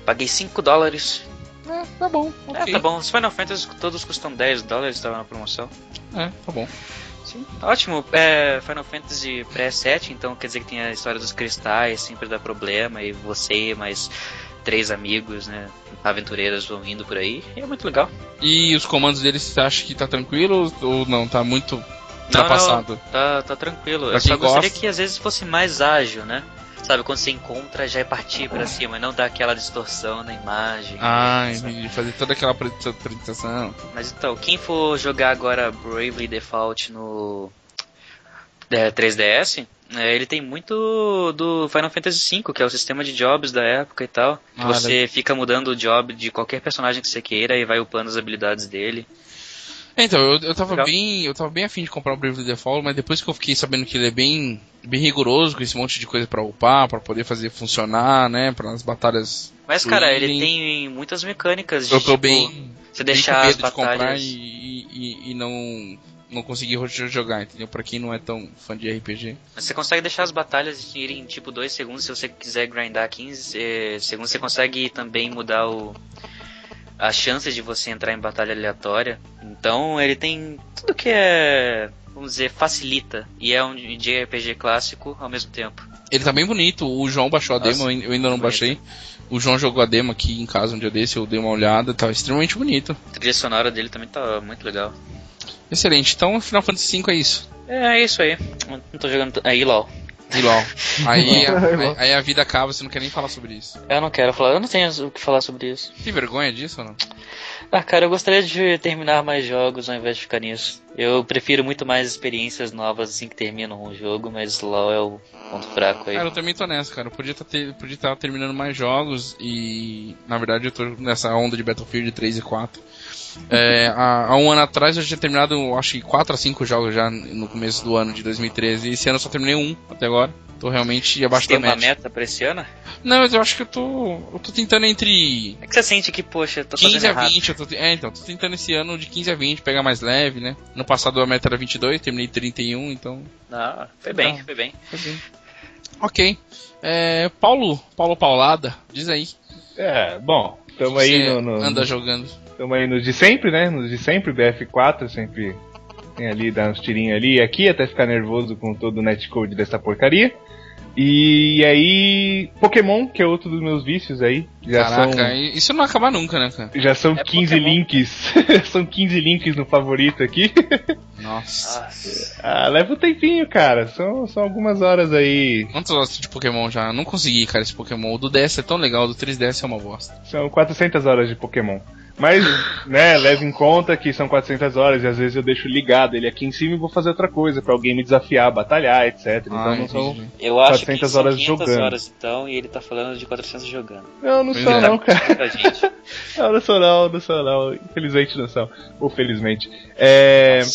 Speaker 2: Paguei 5 dólares.
Speaker 1: É, tá bom. ok.
Speaker 2: É, tá bom. Os Final Fantasy todos custam 10 dólares, tava na promoção.
Speaker 1: É, tá bom.
Speaker 2: Sim, ótimo. É, Final Fantasy pré-7, então quer dizer que tem a história dos cristais, sempre dá problema, e você e mais três amigos, né, aventureiros vão indo por aí. E é muito legal.
Speaker 1: E os comandos dele, você acha que tá tranquilo ou não? Tá muito ultrapassado?
Speaker 2: Tá, tá tranquilo.
Speaker 1: Pra
Speaker 2: Eu só
Speaker 1: quem
Speaker 2: gostaria
Speaker 1: gosta.
Speaker 2: que às vezes fosse mais ágil, né? Sabe, quando você encontra, já é partir pra cima, e não dá aquela distorção na imagem.
Speaker 1: Ah,
Speaker 2: sabe?
Speaker 1: entendi. Fazer toda aquela apresenta- apresentação.
Speaker 2: Mas então, quem for jogar agora Bravely Default no é, 3DS, é, ele tem muito do Final Fantasy V, que é o sistema de jobs da época e tal. Que
Speaker 1: Ah,
Speaker 2: você fica mudando o job de qualquer personagem que você queira e vai upando as habilidades dele.
Speaker 1: Então, eu, eu tava
Speaker 2: Legal.
Speaker 1: bem. Eu tava bem afim de comprar o Bravely Default, mas depois que eu fiquei sabendo que ele é bem, bem rigoroso, com esse monte de coisa pra upar, pra poder fazer funcionar, né? Pra as batalhas.
Speaker 2: Mas, cara,
Speaker 1: Sim.
Speaker 2: ele tem muitas mecânicas de.
Speaker 1: Eu tô
Speaker 2: tipo,
Speaker 1: bem.
Speaker 2: Você
Speaker 1: Fiquei
Speaker 2: deixar
Speaker 1: com
Speaker 2: as
Speaker 1: medo de comprar
Speaker 2: batalhas.
Speaker 1: e, e, e- e não, não conseguir ro- jogar, entendeu? Pra quem não é tão fã de RPG.
Speaker 2: Você consegue deixar as batalhas irem em tipo 2 segundos se você quiser grindar 15 eh, segundos. Você consegue também mudar o as chances de você entrar em batalha aleatória. Então ele tem tudo que é, vamos dizer, facilita e é um JRPG clássico ao mesmo tempo.
Speaker 1: Ele tá bem bonito, o João baixou a
Speaker 2: Nossa,
Speaker 1: demo, eu ain- eu ainda não
Speaker 2: bonito.
Speaker 1: baixei. O João jogou a demo aqui em casa um dia desse, eu dei uma olhada, tá extremamente bonito.
Speaker 2: A trilha sonora dele também tá muito legal.
Speaker 1: Excelente, então Final Fantasy V é isso.
Speaker 2: É, é isso aí. Não tô jogando t- aí, LOL.
Speaker 1: E LOL. Aí, a,
Speaker 4: LOL.
Speaker 1: aí- aí a vida acaba, você não quer nem falar sobre isso.
Speaker 2: Eu não quero falar, eu não tenho o que falar sobre isso.
Speaker 1: Tem vergonha disso ou não?
Speaker 2: Ah, cara, eu gostaria de terminar mais jogos ao invés de ficar nisso. Eu prefiro muito mais experiências novas assim que terminam um jogo, mas LoL é o ponto fraco aí.
Speaker 1: Cara, eu também tô nessa, cara. Eu podia tá ter- podia estar terminando mais jogos e, na verdade, eu tô nessa onda de Battlefield 3 e 4. É, há, há um ano atrás eu já tinha terminado, eu acho que 4 a 5 jogos já no começo do ano de 2013. E esse ano eu só terminei um até agora. Tô realmente
Speaker 2: Você
Speaker 1: abaixo
Speaker 2: tem
Speaker 1: da
Speaker 2: uma
Speaker 1: média.
Speaker 2: meta pra esse ano?
Speaker 1: Não, mas eu acho que eu tô. Eu tô tentando entre
Speaker 2: É que você sente que, poxa, eu tô
Speaker 1: 15
Speaker 2: fazendo
Speaker 1: a
Speaker 2: errado.
Speaker 1: 20. Eu tô, te- é, então, tô tentando esse ano de 15 a 20, pegar mais leve, né? No passado a meta era 22, terminei 31, então.
Speaker 2: Não, Ah, foi bem,
Speaker 1: Então.
Speaker 2: foi bem.
Speaker 1: Ok. É, Paulo, Paulo Paulada, diz aí.
Speaker 5: É, bom, tamo
Speaker 1: Você
Speaker 5: aí no, no,
Speaker 1: anda jogando.
Speaker 5: tamo aí nos de sempre, né? Nos de sempre, BF4 sempre tem ali, dá uns tirinhos ali e aqui, até ficar nervoso com todo o netcode dessa porcaria. E aí, Pokémon, que é outro dos meus vícios aí. Já um-
Speaker 1: Caraca,
Speaker 5: são,
Speaker 1: e- isso não acaba nunca, né, cara?
Speaker 5: já são
Speaker 2: É
Speaker 5: 15
Speaker 2: Pokémon.
Speaker 5: links. são 15 links no favorito aqui.
Speaker 1: Nossa.
Speaker 2: Nossa.
Speaker 5: Ah, leva um tempinho, cara. São, são algumas horas aí.
Speaker 1: Quantas horas de Pokémon já? Eu Não consegui, cara, esse Pokémon. O do DS é tão legal, o do 3DS é uma bosta.
Speaker 5: São 400 horas de Pokémon. Mas, né, leve em conta que são 400 horas e às vezes eu deixo ligado ele aqui em cima e vou fazer outra coisa pra alguém me desafiar, batalhar, etc. Então
Speaker 1: Ah,
Speaker 5: não são.
Speaker 1: entendi.
Speaker 2: Eu acho que
Speaker 5: 400
Speaker 2: são
Speaker 5: horas
Speaker 2: 500
Speaker 5: jogando.
Speaker 2: horas então, e ele tá falando de 400 jogando.
Speaker 5: Não, não
Speaker 1: Pois
Speaker 5: são,
Speaker 1: é.
Speaker 5: não, cara.
Speaker 2: Pra gente.
Speaker 5: Não, não são, não, não são, não. Infelizmente não são. Ou felizmente. É.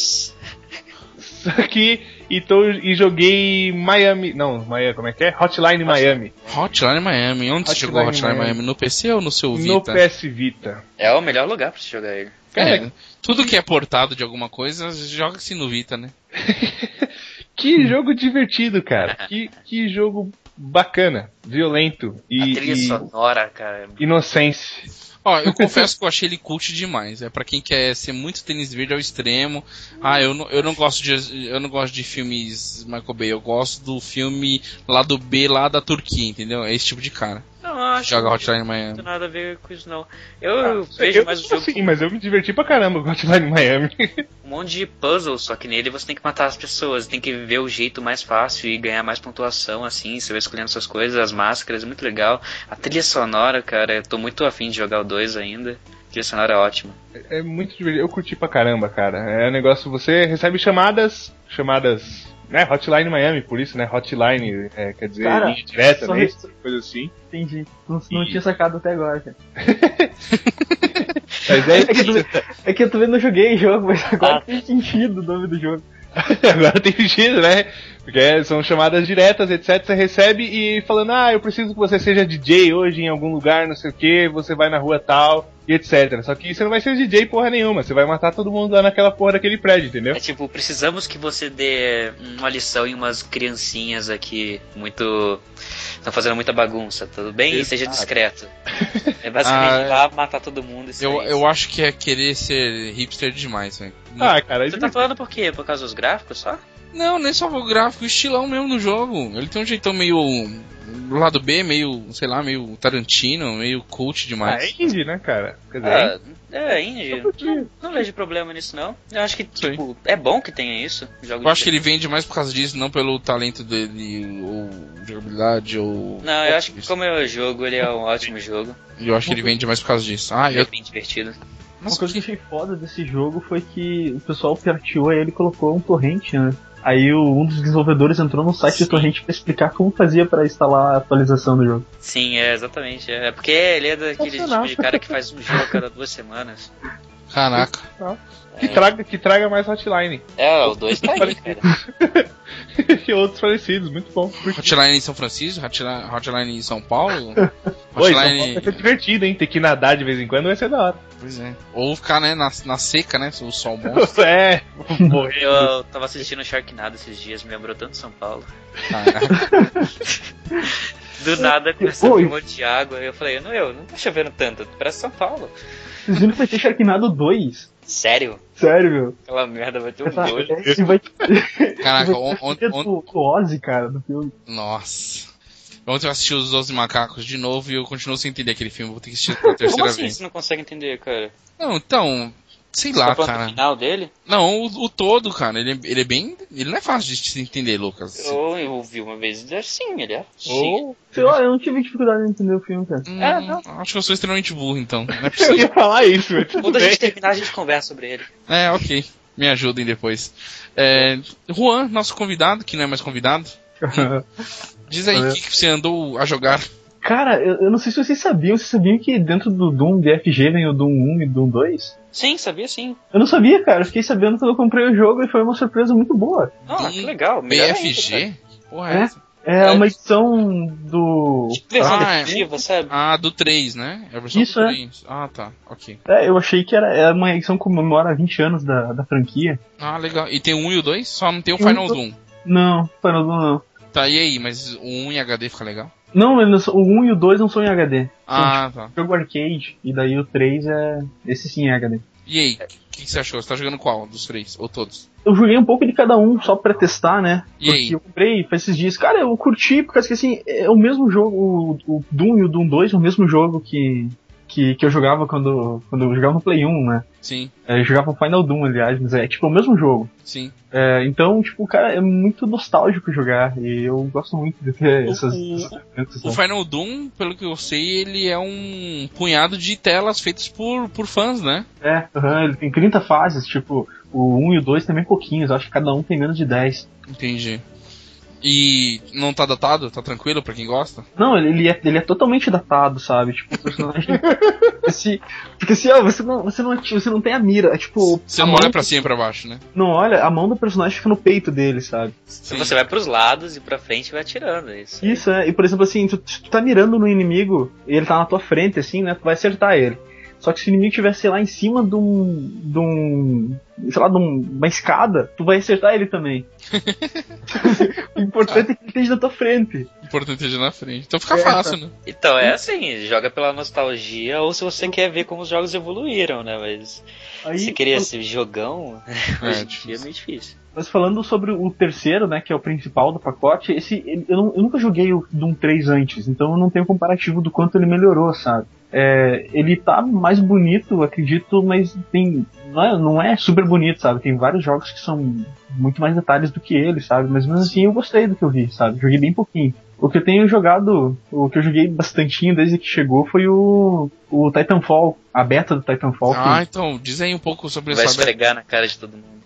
Speaker 5: Só que. E, tô, e joguei Miami. Não, Miami, como é que é? Hotline Miami.
Speaker 1: Hotline Miami. Onde você
Speaker 5: Hotline
Speaker 1: chegou Hotline Miami?
Speaker 5: Miami?
Speaker 1: No PC ou no seu Vita?
Speaker 5: No PS Vita.
Speaker 2: É o melhor lugar pra se jogar ele.
Speaker 5: Cara,
Speaker 1: É, tudo que é portado de alguma coisa, joga-se no Vita, né? Hum.
Speaker 5: Que jogo divertido, cara. Que, que jogo bacana, violento e,
Speaker 2: A trilha
Speaker 5: e
Speaker 2: sonora, cara.
Speaker 5: inocente.
Speaker 1: Ó, eu confesso que eu achei ele cult demais. É pra quem quer ser muito tênis verde ao extremo. Ah, eu não, eu não gosto de eu não gosto de filmes Michael Bay, eu gosto do filme lá do B lá da Turquia, entendeu? É esse tipo de cara.
Speaker 2: Não, eu acho
Speaker 1: Joga
Speaker 2: que
Speaker 1: Hotline
Speaker 2: não
Speaker 1: Miami.
Speaker 2: tem nada a ver com isso não.
Speaker 5: Ah,
Speaker 2: Eu vejo mais o jogo
Speaker 5: Sim, mas eu me diverti pra caramba com Hotline Miami.
Speaker 2: um monte de puzzle, só que nele você tem que matar as pessoas, tem que ver o jeito mais fácil e ganhar mais pontuação, assim, você vai escolhendo suas coisas, as máscaras, muito legal. A trilha sonora, cara, eu tô muito afim de jogar o 2 ainda. A trilha sonora é ótima.
Speaker 5: É muito divertido. Eu curti pra caramba, cara. É um negócio, você recebe chamadas, chamadas, né? Hotline Miami, por isso, né? Hotline, é, quer dizer,
Speaker 4: Cara,
Speaker 5: linha direta,
Speaker 4: só
Speaker 5: né?
Speaker 4: isso.
Speaker 5: Coisa assim.
Speaker 4: Entendi. Não, não
Speaker 5: E-
Speaker 4: tinha sacado até agora, cara.
Speaker 5: Mas é
Speaker 4: É que, tu, é que eu também não joguei o jogo, mas agora
Speaker 2: Ah.
Speaker 4: tem sentido o nome do jogo.
Speaker 5: Agora tem sentido, né? Porque são chamadas diretas, etc. Você recebe e falando, ah, eu preciso que você seja DJ hoje em algum lugar, não sei o que, você vai na rua tal, e etc. Só que você não vai ser DJ porra nenhuma, você vai matar todo mundo lá naquela porra daquele prédio, entendeu?
Speaker 2: É tipo, precisamos que você dê uma lição em umas criancinhas aqui muito. estão fazendo muita bagunça, tudo bem? E seja
Speaker 5: Exato.
Speaker 2: discreto. É basicamente
Speaker 1: Ah,
Speaker 2: lá matar todo mundo. Isso
Speaker 1: Eu,
Speaker 2: aí.
Speaker 1: eu acho que é querer ser hipster demais, velho.
Speaker 5: Ah, cara,
Speaker 2: Você tá falando por quê? Por causa dos gráficos só?
Speaker 1: Não, nem só o gráfico, o estilão mesmo do jogo. Ele tem um jeitão meio. do lado B, meio, sei lá, meio Tarantino, meio cult
Speaker 5: ah,
Speaker 1: demais.
Speaker 5: é indie, né, cara? Quer dizer,
Speaker 2: Ah, é, indie. Não, não vejo problema nisso, não. Eu acho que,
Speaker 1: Sim.
Speaker 2: tipo, é bom que tenha isso. Jogo
Speaker 1: Eu acho que
Speaker 2: de-
Speaker 1: ele vende mais por causa disso, não pelo talento dele, ou jogabilidade, ou.
Speaker 2: Não, eu acho que como é o jogo, ele é um ótimo jogo.
Speaker 1: Eu acho que ele vende mais por causa disso. Ah,
Speaker 2: Ele é
Speaker 1: eu.
Speaker 2: bem divertido.
Speaker 1: Nossa,
Speaker 4: É Uma coisa que eu achei foda desse jogo foi que o pessoal pirateou aí ele colocou um torrent, né? Aí o- um dos desenvolvedores entrou no site do torrent pra explicar como fazia pra instalar a atualização do jogo.
Speaker 2: Sim, é, exatamente. É É porque ele é daquele tipo
Speaker 5: Sensacional.
Speaker 2: de cara que faz um jogo a cada duas semanas.
Speaker 1: Caraca.
Speaker 5: que,
Speaker 1: né?
Speaker 5: traga, que traga mais Hotline.
Speaker 2: É, o 2 tá aí, cara.
Speaker 5: e outros parecidos, muito bom.
Speaker 1: Hotline em São Francisco, Hotline, Hotline em São Paulo,
Speaker 5: Oi, é
Speaker 1: Hotline-
Speaker 5: então vai ser divertido, hein? Ter que nadar de vez em quando vai ser da hora.
Speaker 1: Pois é. Ou ficar, né, na, na seca, né? O sol monstro.
Speaker 5: É, morrer.
Speaker 2: Eu, eu tava assistindo Sharknado esses dias, me lembrou tanto São Paulo.
Speaker 1: Caraca.
Speaker 2: Do nada começou
Speaker 4: Oi.
Speaker 2: um monte de água. Eu falei, não, eu, não tá chovendo tanto, parece São Paulo.
Speaker 4: Vocês viram que vai ter Sharknado 2?
Speaker 2: Sério?
Speaker 4: Sério, meu.
Speaker 2: Aquela merda vai ter um
Speaker 4: Essa-
Speaker 2: dojo.
Speaker 4: e vai
Speaker 1: Caraca, on, on,
Speaker 4: ter
Speaker 1: on-
Speaker 4: do, do Ozzy, cara, do filme.
Speaker 1: Nossa. Ontem eu assisti Os Doze Macacos de novo e eu continuo sem entender aquele filme. Vou ter que assistir pela
Speaker 2: Como
Speaker 1: terceira
Speaker 2: assim
Speaker 1: vez.
Speaker 2: você não consegue entender, cara?
Speaker 1: Não, então. Sei
Speaker 2: Você
Speaker 1: lá,
Speaker 2: tá falando do
Speaker 1: cara.
Speaker 2: final dele?
Speaker 1: Não, o, o todo, cara. Ele, ele é bem. Ele não é fácil de se entender, Lucas.
Speaker 2: Eu, eu vi uma vez, é sim, ele é. Sim.
Speaker 5: Ou-
Speaker 4: Sei lá, eu não tive dificuldade em entender o filme, cara.
Speaker 1: Hum,
Speaker 2: É, não.
Speaker 1: Acho que eu sou extremamente burro, então. Não é
Speaker 5: Eu
Speaker 1: possível.
Speaker 5: ia falar isso, mas tudo
Speaker 2: Quando a
Speaker 5: bem.
Speaker 2: gente terminar, a gente conversa sobre ele.
Speaker 1: É, ok. Me ajudem depois. É, Juan, nosso convidado, que não é mais convidado, diz aí o que, que você andou a jogar.
Speaker 4: Cara, eu, eu não sei se vocês sabiam, vocês sabiam que dentro do Doom DFG vem o Doom 1 e Doom 2?
Speaker 2: Sim, sabia sim.
Speaker 4: Eu não sabia, cara, eu fiquei sabendo quando eu comprei o jogo e foi uma surpresa muito boa.
Speaker 2: Ah,
Speaker 1: Hum,
Speaker 2: que legal. melhor ainda, cara.
Speaker 1: BFG? Porra,
Speaker 4: É?
Speaker 1: é essa?
Speaker 4: É
Speaker 1: É.
Speaker 4: uma edição do.
Speaker 2: Tipo, versão
Speaker 1: Ah, é.
Speaker 2: definitiva, sabe?
Speaker 1: Ah, do 3, né? É a versão
Speaker 4: Isso,
Speaker 1: do
Speaker 4: é.
Speaker 1: 3. Ah, tá. Ok.
Speaker 4: É, eu achei que era, era uma edição que comemora 20 anos da, da franquia.
Speaker 1: Ah, legal. E tem o 1 e o 2? Só não tem o
Speaker 4: Tem um
Speaker 1: Final
Speaker 4: do-
Speaker 1: Doom.
Speaker 4: Não, Final Doom não.
Speaker 1: Tá, e aí? Mas o 1 em HD fica legal?
Speaker 4: Não, eles não são- o 1 e o 2 não são em HD.
Speaker 1: Ah, tá.
Speaker 4: Jogo arcade, e daí o 3 é. Esse sim é HD.
Speaker 1: E aí? O que, que você achou? Você tá jogando qual dos três? Ou todos?
Speaker 4: Eu joguei um pouco de cada um só pra testar, né?
Speaker 1: E
Speaker 4: Porque
Speaker 1: aí?
Speaker 4: eu comprei faz esses dias. Cara, eu curti, porque assim, é o mesmo jogo, o, o Doom e o Doom 2 é o mesmo jogo que, que, que eu jogava quando, quando eu jogava no Play 1, né?
Speaker 1: Sim,
Speaker 4: É, Eu jogava Final Doom, aliás, mas é tipo o mesmo jogo.
Speaker 1: sim.
Speaker 4: É, então, tipo, cara, é muito nostálgico jogar. E eu gosto muito de ter
Speaker 1: O-
Speaker 4: essas.
Speaker 1: o-
Speaker 4: essas lembranças,
Speaker 1: O
Speaker 4: né?
Speaker 1: Final Doom, pelo que eu sei, ele é um punhado de telas feitas por, por fãs, né?
Speaker 4: É, aham, ele tem 30 fases, tipo, o 1 e o 2 também pouquinhos, acho que cada um tem menos de 10.
Speaker 1: Entendi. E não tá datado? Tá tranquilo pra quem gosta?
Speaker 4: Não, ele, ele é, ele é totalmente datado, sabe? Tipo, o personagem. Esse- porque assim, ó, você não, você, não, ati- você não tem a mira. É tipo.
Speaker 1: Você
Speaker 2: Tá
Speaker 4: a
Speaker 1: não
Speaker 4: mão-
Speaker 1: olha pra cima e pra baixo, né?
Speaker 4: Não olha, a mão do personagem fica no peito dele, sabe?
Speaker 2: Então Você vai pros lados e pra frente e vai atirando. é Isso.
Speaker 4: Isso, é. E por exemplo, assim, tu, se tu tá mirando no inimigo e ele tá na tua frente, assim, né? Tu vai acertar ele. Só que se o inimigo tivesse lá em cima de um. de um. sei lá, de um- uma escada, tu vai acertar ele também. o importante é que ele esteja na tua frente.
Speaker 1: O importante é ir na frente. Então fica
Speaker 4: É,
Speaker 1: fácil, né?
Speaker 2: Então, é assim, joga pela nostalgia ou se você quer ver como os jogos evoluíram, né? Mas
Speaker 4: Aí,
Speaker 2: se queria esse jogão, hoje
Speaker 1: É,
Speaker 2: em dia é meio difícil.
Speaker 4: Mas falando sobre o terceiro, né, que é o principal do pacote, esse eu, não- eu nunca joguei o Doom 3 antes, então eu não tenho comparativo do quanto ele melhorou, sabe? É, ele tá mais bonito, acredito, mas tem não é, não é super bonito, sabe? Tem vários jogos que são muito mais detalhes do que ele, sabe? Mas mesmo assim eu gostei do que eu vi, sabe? Joguei bem pouquinho. O que eu tenho jogado, o que eu joguei bastantinho desde que chegou foi o, o Titanfall, a beta do Titanfall. que-
Speaker 1: Ah, então, diz aí um pouco sobre
Speaker 2: Vai
Speaker 1: essa beta.
Speaker 2: esfregar na cara de todo mundo.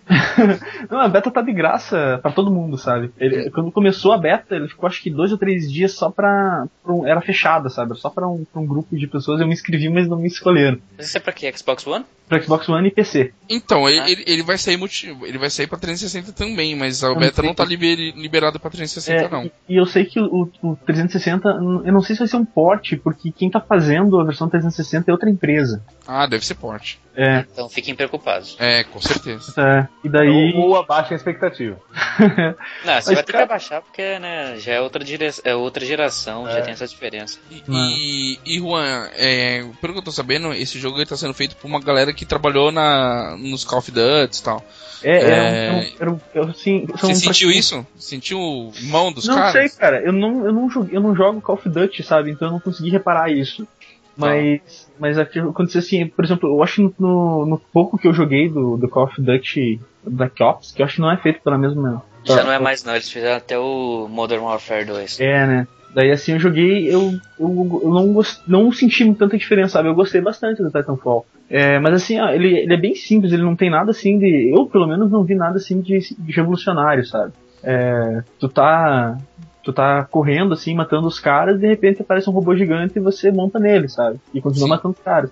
Speaker 4: Não, a beta tá de graça pra todo mundo, sabe?
Speaker 1: É.
Speaker 4: Ele- quando começou a beta, ele ficou acho que dois ou três dias só pra. pra um- era fechada, sabe? Só pra um, pra um grupo de pessoas. Eu me inscrevi, mas não me escolheram.
Speaker 2: Mas isso é pra quê? Xbox One?
Speaker 4: Pra Xbox One e PC.
Speaker 1: Então, ele,
Speaker 2: Ah.
Speaker 1: ele, ele vai sair multi... ele vai sair pra 360 também, mas a
Speaker 4: não
Speaker 1: beta
Speaker 4: sei
Speaker 1: não tá
Speaker 4: se-
Speaker 1: liber... liberada pra 360,
Speaker 4: É,
Speaker 1: não.
Speaker 4: E eu sei que o, o 360, eu não sei se vai ser um porte, porque quem tá fazendo a versão 360 é outra empresa.
Speaker 1: Ah, deve ser porte.
Speaker 4: É,
Speaker 2: Então fiquem preocupados.
Speaker 1: É, com certeza.
Speaker 4: tá. E
Speaker 5: Ou,
Speaker 4: daí.
Speaker 5: ou abaixa a expectativa.
Speaker 2: Não, você
Speaker 4: Mas,
Speaker 2: vai ter que
Speaker 4: cara-
Speaker 2: abaixar porque, né, já é outra, dire... é outra geração, já tem essa diferença.
Speaker 1: E,
Speaker 4: Ah.
Speaker 1: e, e, Juan, é, pelo que eu tô sabendo, esse jogo ele tá sendo feito por uma galera que trabalhou na, nos Call of Duty e tal.
Speaker 4: É,
Speaker 1: É.
Speaker 4: era um. Era um, era um- assim, são
Speaker 1: Você sentiu
Speaker 4: praticamente-
Speaker 1: isso? Sentiu mão dos
Speaker 4: não
Speaker 1: caras?
Speaker 4: sei, cara. Eu não, eu, não jogo, eu não jogo Call of Duty, sabe? Então eu não consegui reparar isso.
Speaker 1: Tá.
Speaker 4: Mas, mas aqui aconteceu assim, por exemplo, eu acho que no, no pouco que eu joguei do, do Call of Duty Black Ops, que eu acho que não é feito pela mesma.
Speaker 2: Já não é mais não, eles fizeram até o Modern Warfare 2.
Speaker 4: É, né? Daí assim eu joguei, eu, eu, eu não, gos- não senti tanta diferença, sabe? Eu gostei bastante do Titanfall. É, mas assim, ó, ele, ele é bem simples, ele não tem nada assim de. Eu pelo menos não vi nada assim de, de revolucionário, sabe? É, tu tá. Tu tá correndo assim, matando os caras, de repente aparece um robô gigante e você monta nele, sabe? E continua
Speaker 1: Sim.
Speaker 4: matando os caras.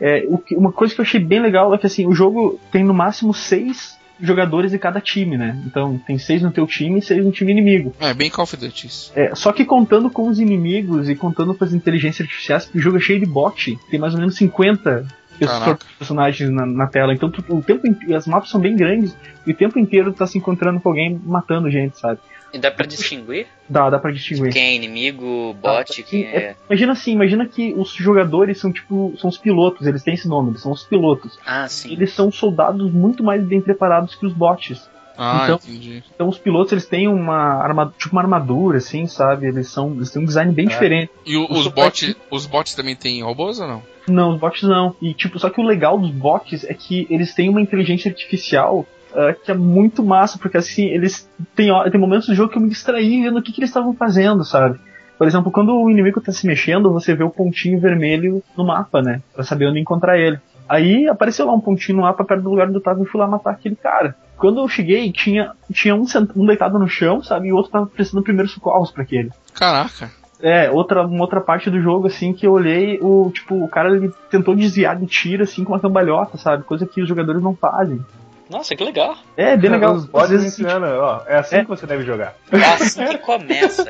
Speaker 4: É, o que- uma coisa que eu achei bem legal é que assim, o jogo tem no máximo seis jogadores de cada time, né? Então tem seis no teu time e seis no time inimigo.
Speaker 1: É bem Call of Duty isso.
Speaker 4: É, só que contando com os inimigos e contando com as inteligências artificiais, o jogo é cheio de bot. Tem mais ou menos 50 pessoas-
Speaker 1: Caraca.
Speaker 4: personagens na, na tela. Então tu- o tempo inteiro, as mapas são bem grandes e o tempo inteiro tu tá se encontrando com alguém matando gente, sabe?
Speaker 2: E dá pra distinguir
Speaker 4: Dá, dá pra distinguir. Ah,
Speaker 2: quem é inimigo, bot, quem é.
Speaker 4: Imagina assim, imagina que os jogadores são tipo, são os pilotos, eles têm esse nome, eles são os pilotos.
Speaker 2: Ah, sim.
Speaker 4: Eles são soldados muito mais bem preparados que os bots.
Speaker 1: Ah,
Speaker 4: Então-
Speaker 1: entendi.
Speaker 4: Então os pilotos eles têm uma arma, tipo uma armadura assim, sabe? Eles são, eles têm um design bem diferente.
Speaker 1: E o-
Speaker 4: O
Speaker 1: os,
Speaker 4: suporte-
Speaker 1: bots, os bots também têm robôs ou não?
Speaker 4: Não, os bots não. E tipo, só que o legal dos bots é que eles têm uma inteligência artificial ah, que é muito massa, porque assim, eles tem, tem momentos do jogo que eu me distraí vendo o que, que eles estavam fazendo, sabe? Por exemplo, quando o inimigo tá se mexendo, você vê o pontinho vermelho no mapa, né? Pra saber onde encontrar ele. Aí apareceu lá um pontinho no mapa perto do lugar onde eu tava e eu fui lá matar aquele cara. Quando eu cheguei, tinha, tinha um, sent- um deitado no chão, sabe? E o outro tava prestando primeiros socorros pra aquele.
Speaker 1: Caraca.
Speaker 4: É, outra, uma outra parte do jogo, assim, que eu olhei, o tipo, o cara ele tentou desviar de tiro, assim, com uma cambalhota, sabe? Coisa que os jogadores não fazem.
Speaker 2: Nossa, que legal.
Speaker 4: É, bem legal.
Speaker 5: Os bots
Speaker 4: Às vezes, assim,
Speaker 5: ensinando, ó, é assim
Speaker 4: É.
Speaker 5: que você deve jogar.
Speaker 2: Assim que começa,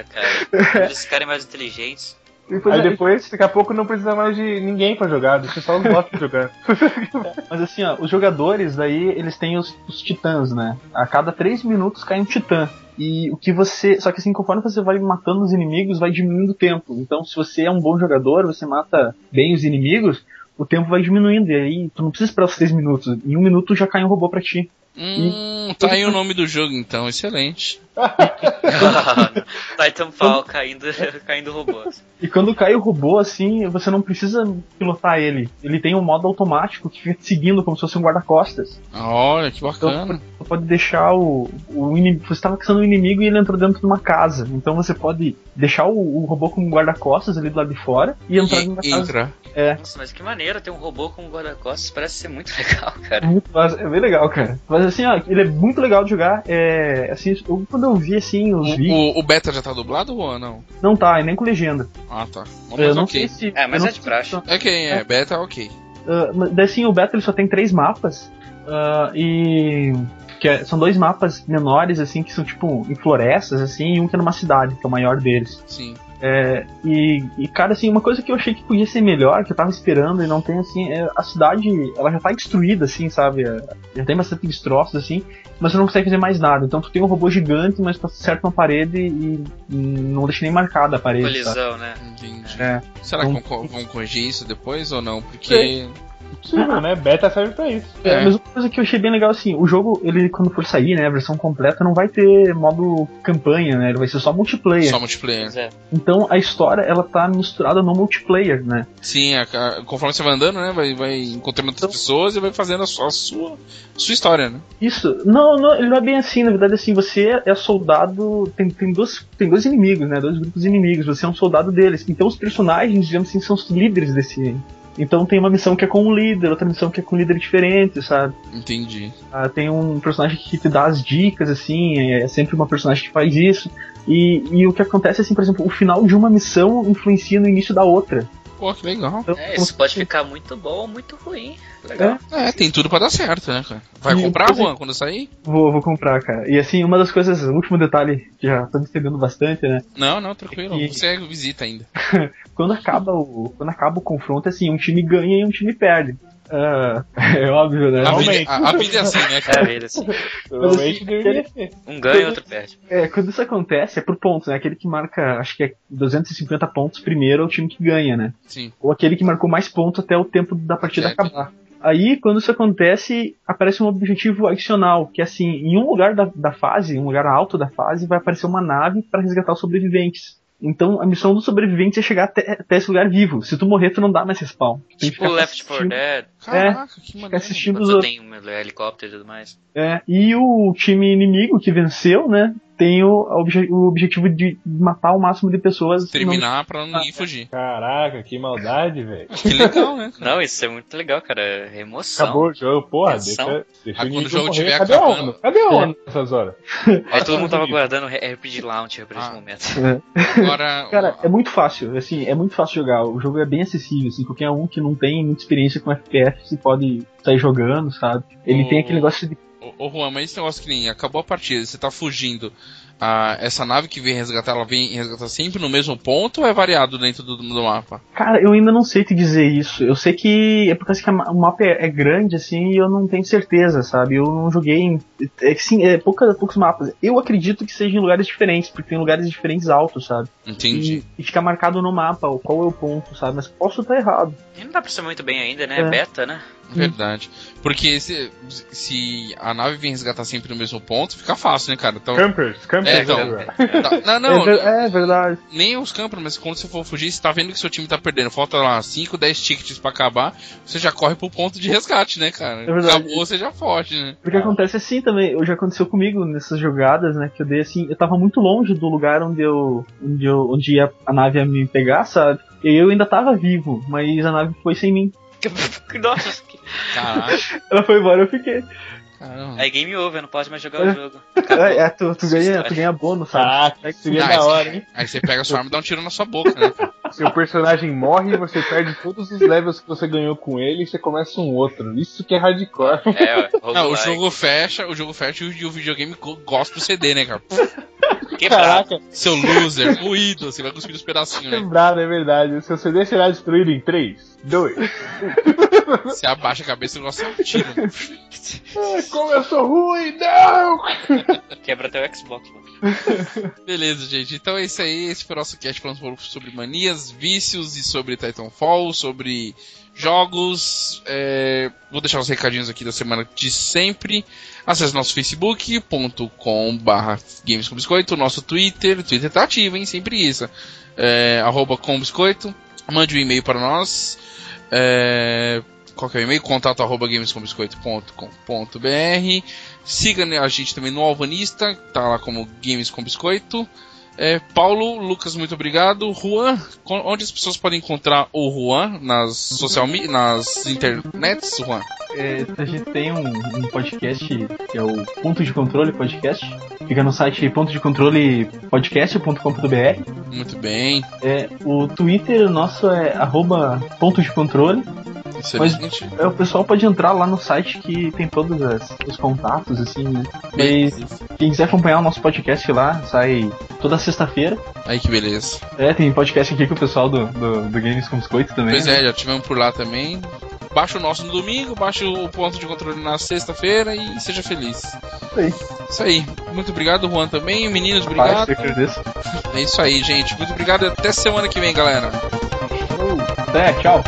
Speaker 2: cara. Os caras mais inteligentes.
Speaker 4: depois-
Speaker 5: Aí depois, daqui a pouco, não precisa mais de ninguém pra jogar, deixa só os bots jogando.
Speaker 4: Mas assim, ó, os jogadores daí, eles têm os, os titãs, né? A cada três minutos cai um titã. E o que você. Só que assim, conforme você vai matando os inimigos, vai diminuindo o tempo. Então, se você é um bom jogador, você mata bem os inimigos, o tempo vai diminuindo. E aí, tu não precisa esperar os três minutos. Em um minuto já cai um robô pra ti.
Speaker 1: Hum, tá aí o nome do jogo então, excelente.
Speaker 2: Titanfall um caindo, caindo robôs.
Speaker 4: E quando cai o robô, assim, você não precisa pilotar ele. Ele tem um modo automático que fica te seguindo como se fosse um guarda-costas.
Speaker 1: Ah, Olha,
Speaker 4: Então,
Speaker 1: que bacana.
Speaker 4: Você pode deixar o, o inimigo. Você estava caçando um inimigo e ele entrou dentro de uma casa. Então você pode deixar o, o robô como guarda-costas ali do lado de fora e entrar dentro da
Speaker 1: E-
Speaker 4: casa.
Speaker 1: entra.
Speaker 2: Nossa, mas que maneiro ter um robô com um guarda-costas. Parece ser muito legal, cara.
Speaker 4: Muito massa, é bem legal, cara. Mas assim, ó, ele é muito legal de jogar. É, assim, eu- quando eu vi assim, os vídeos.
Speaker 1: O, o- o beta já tá dublado ou não?
Speaker 4: Não tá, e nem com legenda.
Speaker 1: Ah, tá. Bom,
Speaker 4: eu
Speaker 1: Mas
Speaker 4: não
Speaker 1: ok.
Speaker 4: sei se.
Speaker 2: É, mas
Speaker 4: eu não
Speaker 2: é de
Speaker 4: sei se-
Speaker 2: praxe.
Speaker 1: Ok, é, beta ok.
Speaker 4: Ah, mas daí sim, o Beta ele só tem três mapas. ah, e. Que é- são dois mapas menores, assim, que são tipo em florestas, assim, e um que é numa cidade, que é o maior deles.
Speaker 1: Sim.
Speaker 4: É, e, e, cara, assim, uma coisa que eu achei que podia ser melhor, que eu tava esperando e não tem, assim, é a cidade, ela já tá destruída, assim, sabe? É, Já tem bastante destroços, assim, mas você não consegue fazer mais nada. Então tu tem um robô gigante, mas tu acerta uma parede e, e não deixa nem marcada a parede. Sabe?
Speaker 2: Colisão, né?
Speaker 1: Entendi.
Speaker 4: É.
Speaker 1: Será que
Speaker 4: Então-
Speaker 1: vão, co- vão corrigir isso depois ou não? Porque.
Speaker 5: Sei. Possível, né? Beta serve pra isso.
Speaker 4: É,
Speaker 1: É.
Speaker 4: mas uma coisa que eu achei bem legal assim, o jogo, ele quando for sair, né, a versão completa, não vai ter modo campanha, né? Ele vai ser só multiplayer.
Speaker 1: Só multiplayer.
Speaker 2: Pois é.
Speaker 4: Então a história ela tá misturada no multiplayer, né?
Speaker 1: Sim, a- a- conforme você vai andando, né? Vai, vai encontrando
Speaker 4: Então-
Speaker 1: outras pessoas e vai fazendo a sua, a sua, sua história, né?
Speaker 4: Isso, não, não, ele não é bem assim, na verdade assim, você é soldado, tem, tem, dois, tem dois inimigos, né, dois grupos inimigos, você é um soldado deles. Então os personagens, digamos assim, são os líderes desse... Então tem uma missão que é com um líder, outra missão que é com um líder diferente, sabe?
Speaker 1: Entendi.
Speaker 4: Ah, tem um personagem que te dá as dicas, assim, é sempre uma personagem que faz isso. E, e o que acontece, assim, por exemplo, o final de uma missão influencia no início da outra.
Speaker 1: Pô, que legal.
Speaker 4: Então,
Speaker 2: É, isso pode ficar muito bom ou muito ruim.
Speaker 4: É,
Speaker 1: É, tem tudo pra dar certo, né, cara? Vai
Speaker 4: E
Speaker 1: comprar,
Speaker 4: depois-
Speaker 1: Juan, quando sair?
Speaker 4: vou, vou comprar, cara. E assim, uma das coisas, o último detalhe, que já tô me estendendo bastante, né?
Speaker 1: Não, não, tranquilo.
Speaker 4: E-
Speaker 1: Você visita ainda.
Speaker 4: Quando acaba o, quando acaba o confronto, assim, um time ganha e um time perde. Ah, é óbvio, né?
Speaker 1: A
Speaker 5: Realmente.
Speaker 1: vida, a, a vida é assim, né,
Speaker 2: É,
Speaker 1: cara?
Speaker 2: velho, assim.
Speaker 5: Provavelmente
Speaker 4: assim,
Speaker 5: deveria ser.
Speaker 2: Um ganha e outro perde.
Speaker 4: É, quando isso acontece, é por pontos, né? Aquele que marca, acho que é 250 pontos primeiro é o time que ganha, né?
Speaker 1: Sim.
Speaker 4: ou aquele que marcou mais pontos até o tempo da partida
Speaker 1: Certo.
Speaker 4: acabar. Aí, quando isso acontece, aparece um objetivo adicional, que assim, em um lugar da, da fase, em um lugar alto da fase, vai aparecer uma nave para resgatar os sobreviventes. Então, a missão dos sobreviventes é chegar até, até esse lugar vivo. Se tu morrer, tu não dá mais respawn. Tu tem que
Speaker 2: Tipo
Speaker 4: ficar
Speaker 2: Left
Speaker 4: assistindo-
Speaker 2: 4 Dead,
Speaker 1: Caraca, que
Speaker 4: ficar
Speaker 1: maneiro.
Speaker 4: É. assistindo os
Speaker 2: quando
Speaker 4: outros.
Speaker 2: tem um helicóptero e tudo mais.
Speaker 4: É, e o time inimigo que venceu, né, tem o, a obje- o objetivo de matar o máximo de pessoas.
Speaker 1: Terminar pra
Speaker 4: Ah,
Speaker 1: ninguém
Speaker 4: é.
Speaker 1: fugir.
Speaker 5: Caraca, que maldade, velho.
Speaker 1: Que legal, né?
Speaker 2: Não, isso é muito legal, cara. É emoção.
Speaker 5: Acabou o jogo, porra,
Speaker 2: Ação.
Speaker 5: deixa, deixa
Speaker 1: Ah, quando o
Speaker 5: Nico
Speaker 1: jogo
Speaker 5: morrer.
Speaker 1: tiver
Speaker 5: Cadê a
Speaker 1: acabando.
Speaker 5: ONU? Cadê a ONU
Speaker 4: É.
Speaker 5: nessas horas?
Speaker 2: Aí todo mundo tava
Speaker 5: Acabou.
Speaker 2: aguardando o RPG Launcher pra esse
Speaker 1: Ah.
Speaker 2: momento.
Speaker 1: Agora.
Speaker 4: Cara, é muito fácil, assim, é muito fácil jogar. O jogo é bem acessível, assim, qualquer um que não tem muita experiência com FPS pode sair jogando, sabe? Ele
Speaker 1: O-
Speaker 4: tem aquele negócio de
Speaker 1: Ô, ô Juan, mas esse negócio que nem acabou a partida, você tá fugindo. Ah, essa nave que vem resgatar, ela vem resgatar sempre no mesmo ponto ou é variado dentro do, do mapa?
Speaker 4: Cara, eu ainda não sei te dizer isso. Eu sei que é por causa que a ma- o mapa é, é grande, assim, e eu não tenho certeza, sabe? Eu não joguei em. É, que sim, é pouca, poucos mapas. Eu acredito que seja em lugares diferentes, porque tem lugares diferentes altos, sabe?
Speaker 1: Entendi.
Speaker 4: E, e fica marcado no mapa o qual é o ponto, sabe? Mas posso estar errado.
Speaker 2: E não dá pra saber muito bem ainda, né?
Speaker 4: É.
Speaker 2: Beta, né?
Speaker 1: Verdade. Porque se, se a nave vem resgatar sempre no mesmo ponto, fica fácil, né, cara? Então.
Speaker 5: Campers, campers.
Speaker 1: É, então.
Speaker 5: everywhere.
Speaker 1: tá- não,
Speaker 4: é,
Speaker 1: não,
Speaker 4: ver- é verdade.
Speaker 1: nem os campos, mas quando você for fugir, você tá vendo que seu time tá perdendo. Falta lá 5, 10 tickets pra acabar, você já corre pro ponto de resgate, né, cara?
Speaker 4: É verdade.
Speaker 1: Acabou, você já foge, né?
Speaker 4: Porque acontece assim também, eu- já aconteceu comigo nessas jogadas, né? Que eu dei assim, eu tava muito longe do lugar onde eu. onde, eu, onde ia, a nave ia me pegar, sabe? E eu ainda tava vivo, mas a nave foi sem mim.
Speaker 2: Nossa, que-
Speaker 1: Caraca,
Speaker 4: Ela foi embora, eu fiquei.
Speaker 1: caramba.
Speaker 2: aí game over, não pode mais jogar o
Speaker 4: É.
Speaker 2: jogo.
Speaker 4: É, é, tu, tu ganha, tu ganha bônus, sabe?
Speaker 5: Ah, que seria da hora, hein?
Speaker 1: Aí você pega a sua arma e dá um tiro na sua boca, né? cara?
Speaker 5: Seu personagem morre, você perde todos os levels que você ganhou com ele e você começa um outro. Isso que é hardcore.
Speaker 2: É, ué,
Speaker 1: Não, o
Speaker 2: roguelike.
Speaker 1: jogo fecha, o jogo fecha e o- e o videogame go- gosta do CD, né, cara?
Speaker 2: Quebrado.
Speaker 5: Caraca,
Speaker 1: Seu loser, ruído, você vai cuspir os pedacinhos, né?
Speaker 5: quebrado, é verdade. Seu CD será destruído em 3, 2.
Speaker 1: Você abaixa a cabeça e gosta de um tiro.
Speaker 5: Como eu sou ruim, não!
Speaker 2: Quebra até o Xbox, mano.
Speaker 1: Beleza, gente. Então é isso aí. Esse foi o nosso cast falando um pouco sobre manias, vícios e sobre Titanfall, sobre jogos. É, Vou deixar os recadinhos aqui da semana de sempre. Acesse nosso facebook.com barra games com biscoito, nosso Twitter. O Twitter tá ativo, hein? Sempre isso. É, arroba com biscoito. Mande um e-mail para nós. É, Qual que é o e-mail? Contato arroba gamescombiscoito.com.br Siga né, a gente também no Alvanista, tá lá como Games com Biscoito. É, Paulo, Lucas, muito obrigado. Juan, co- onde as pessoas podem encontrar o Juan nas social mi- nas internets, Juan?
Speaker 4: É, a gente tem um, um podcast que é o Ponto de Controle Podcast. Fica no site pontodecontrolepodcast.com.br.
Speaker 1: Muito bem,
Speaker 4: É, o Twitter nosso é arroba ponto de controle.
Speaker 1: excelente.
Speaker 4: É, o pessoal pode entrar lá no site que tem todos as- os contatos, assim, né? Mas quem quiser acompanhar o nosso podcast lá, sai toda sexta-feira.
Speaker 1: Aí que beleza.
Speaker 4: É, tem podcast aqui com o pessoal do, do, do Games com Biscoito também.
Speaker 1: Pois é, já tivemos por lá também. Baixa o nosso no domingo, baixa o ponto de controle na sexta-feira e seja feliz.
Speaker 4: aí.
Speaker 1: Isso aí. Muito obrigado, Juan, também. Meninos,
Speaker 4: Rapaz,
Speaker 1: obrigado.
Speaker 4: eu agradeço.
Speaker 1: É isso aí, gente. Muito obrigado e até semana que vem, galera.
Speaker 4: Até, tchau.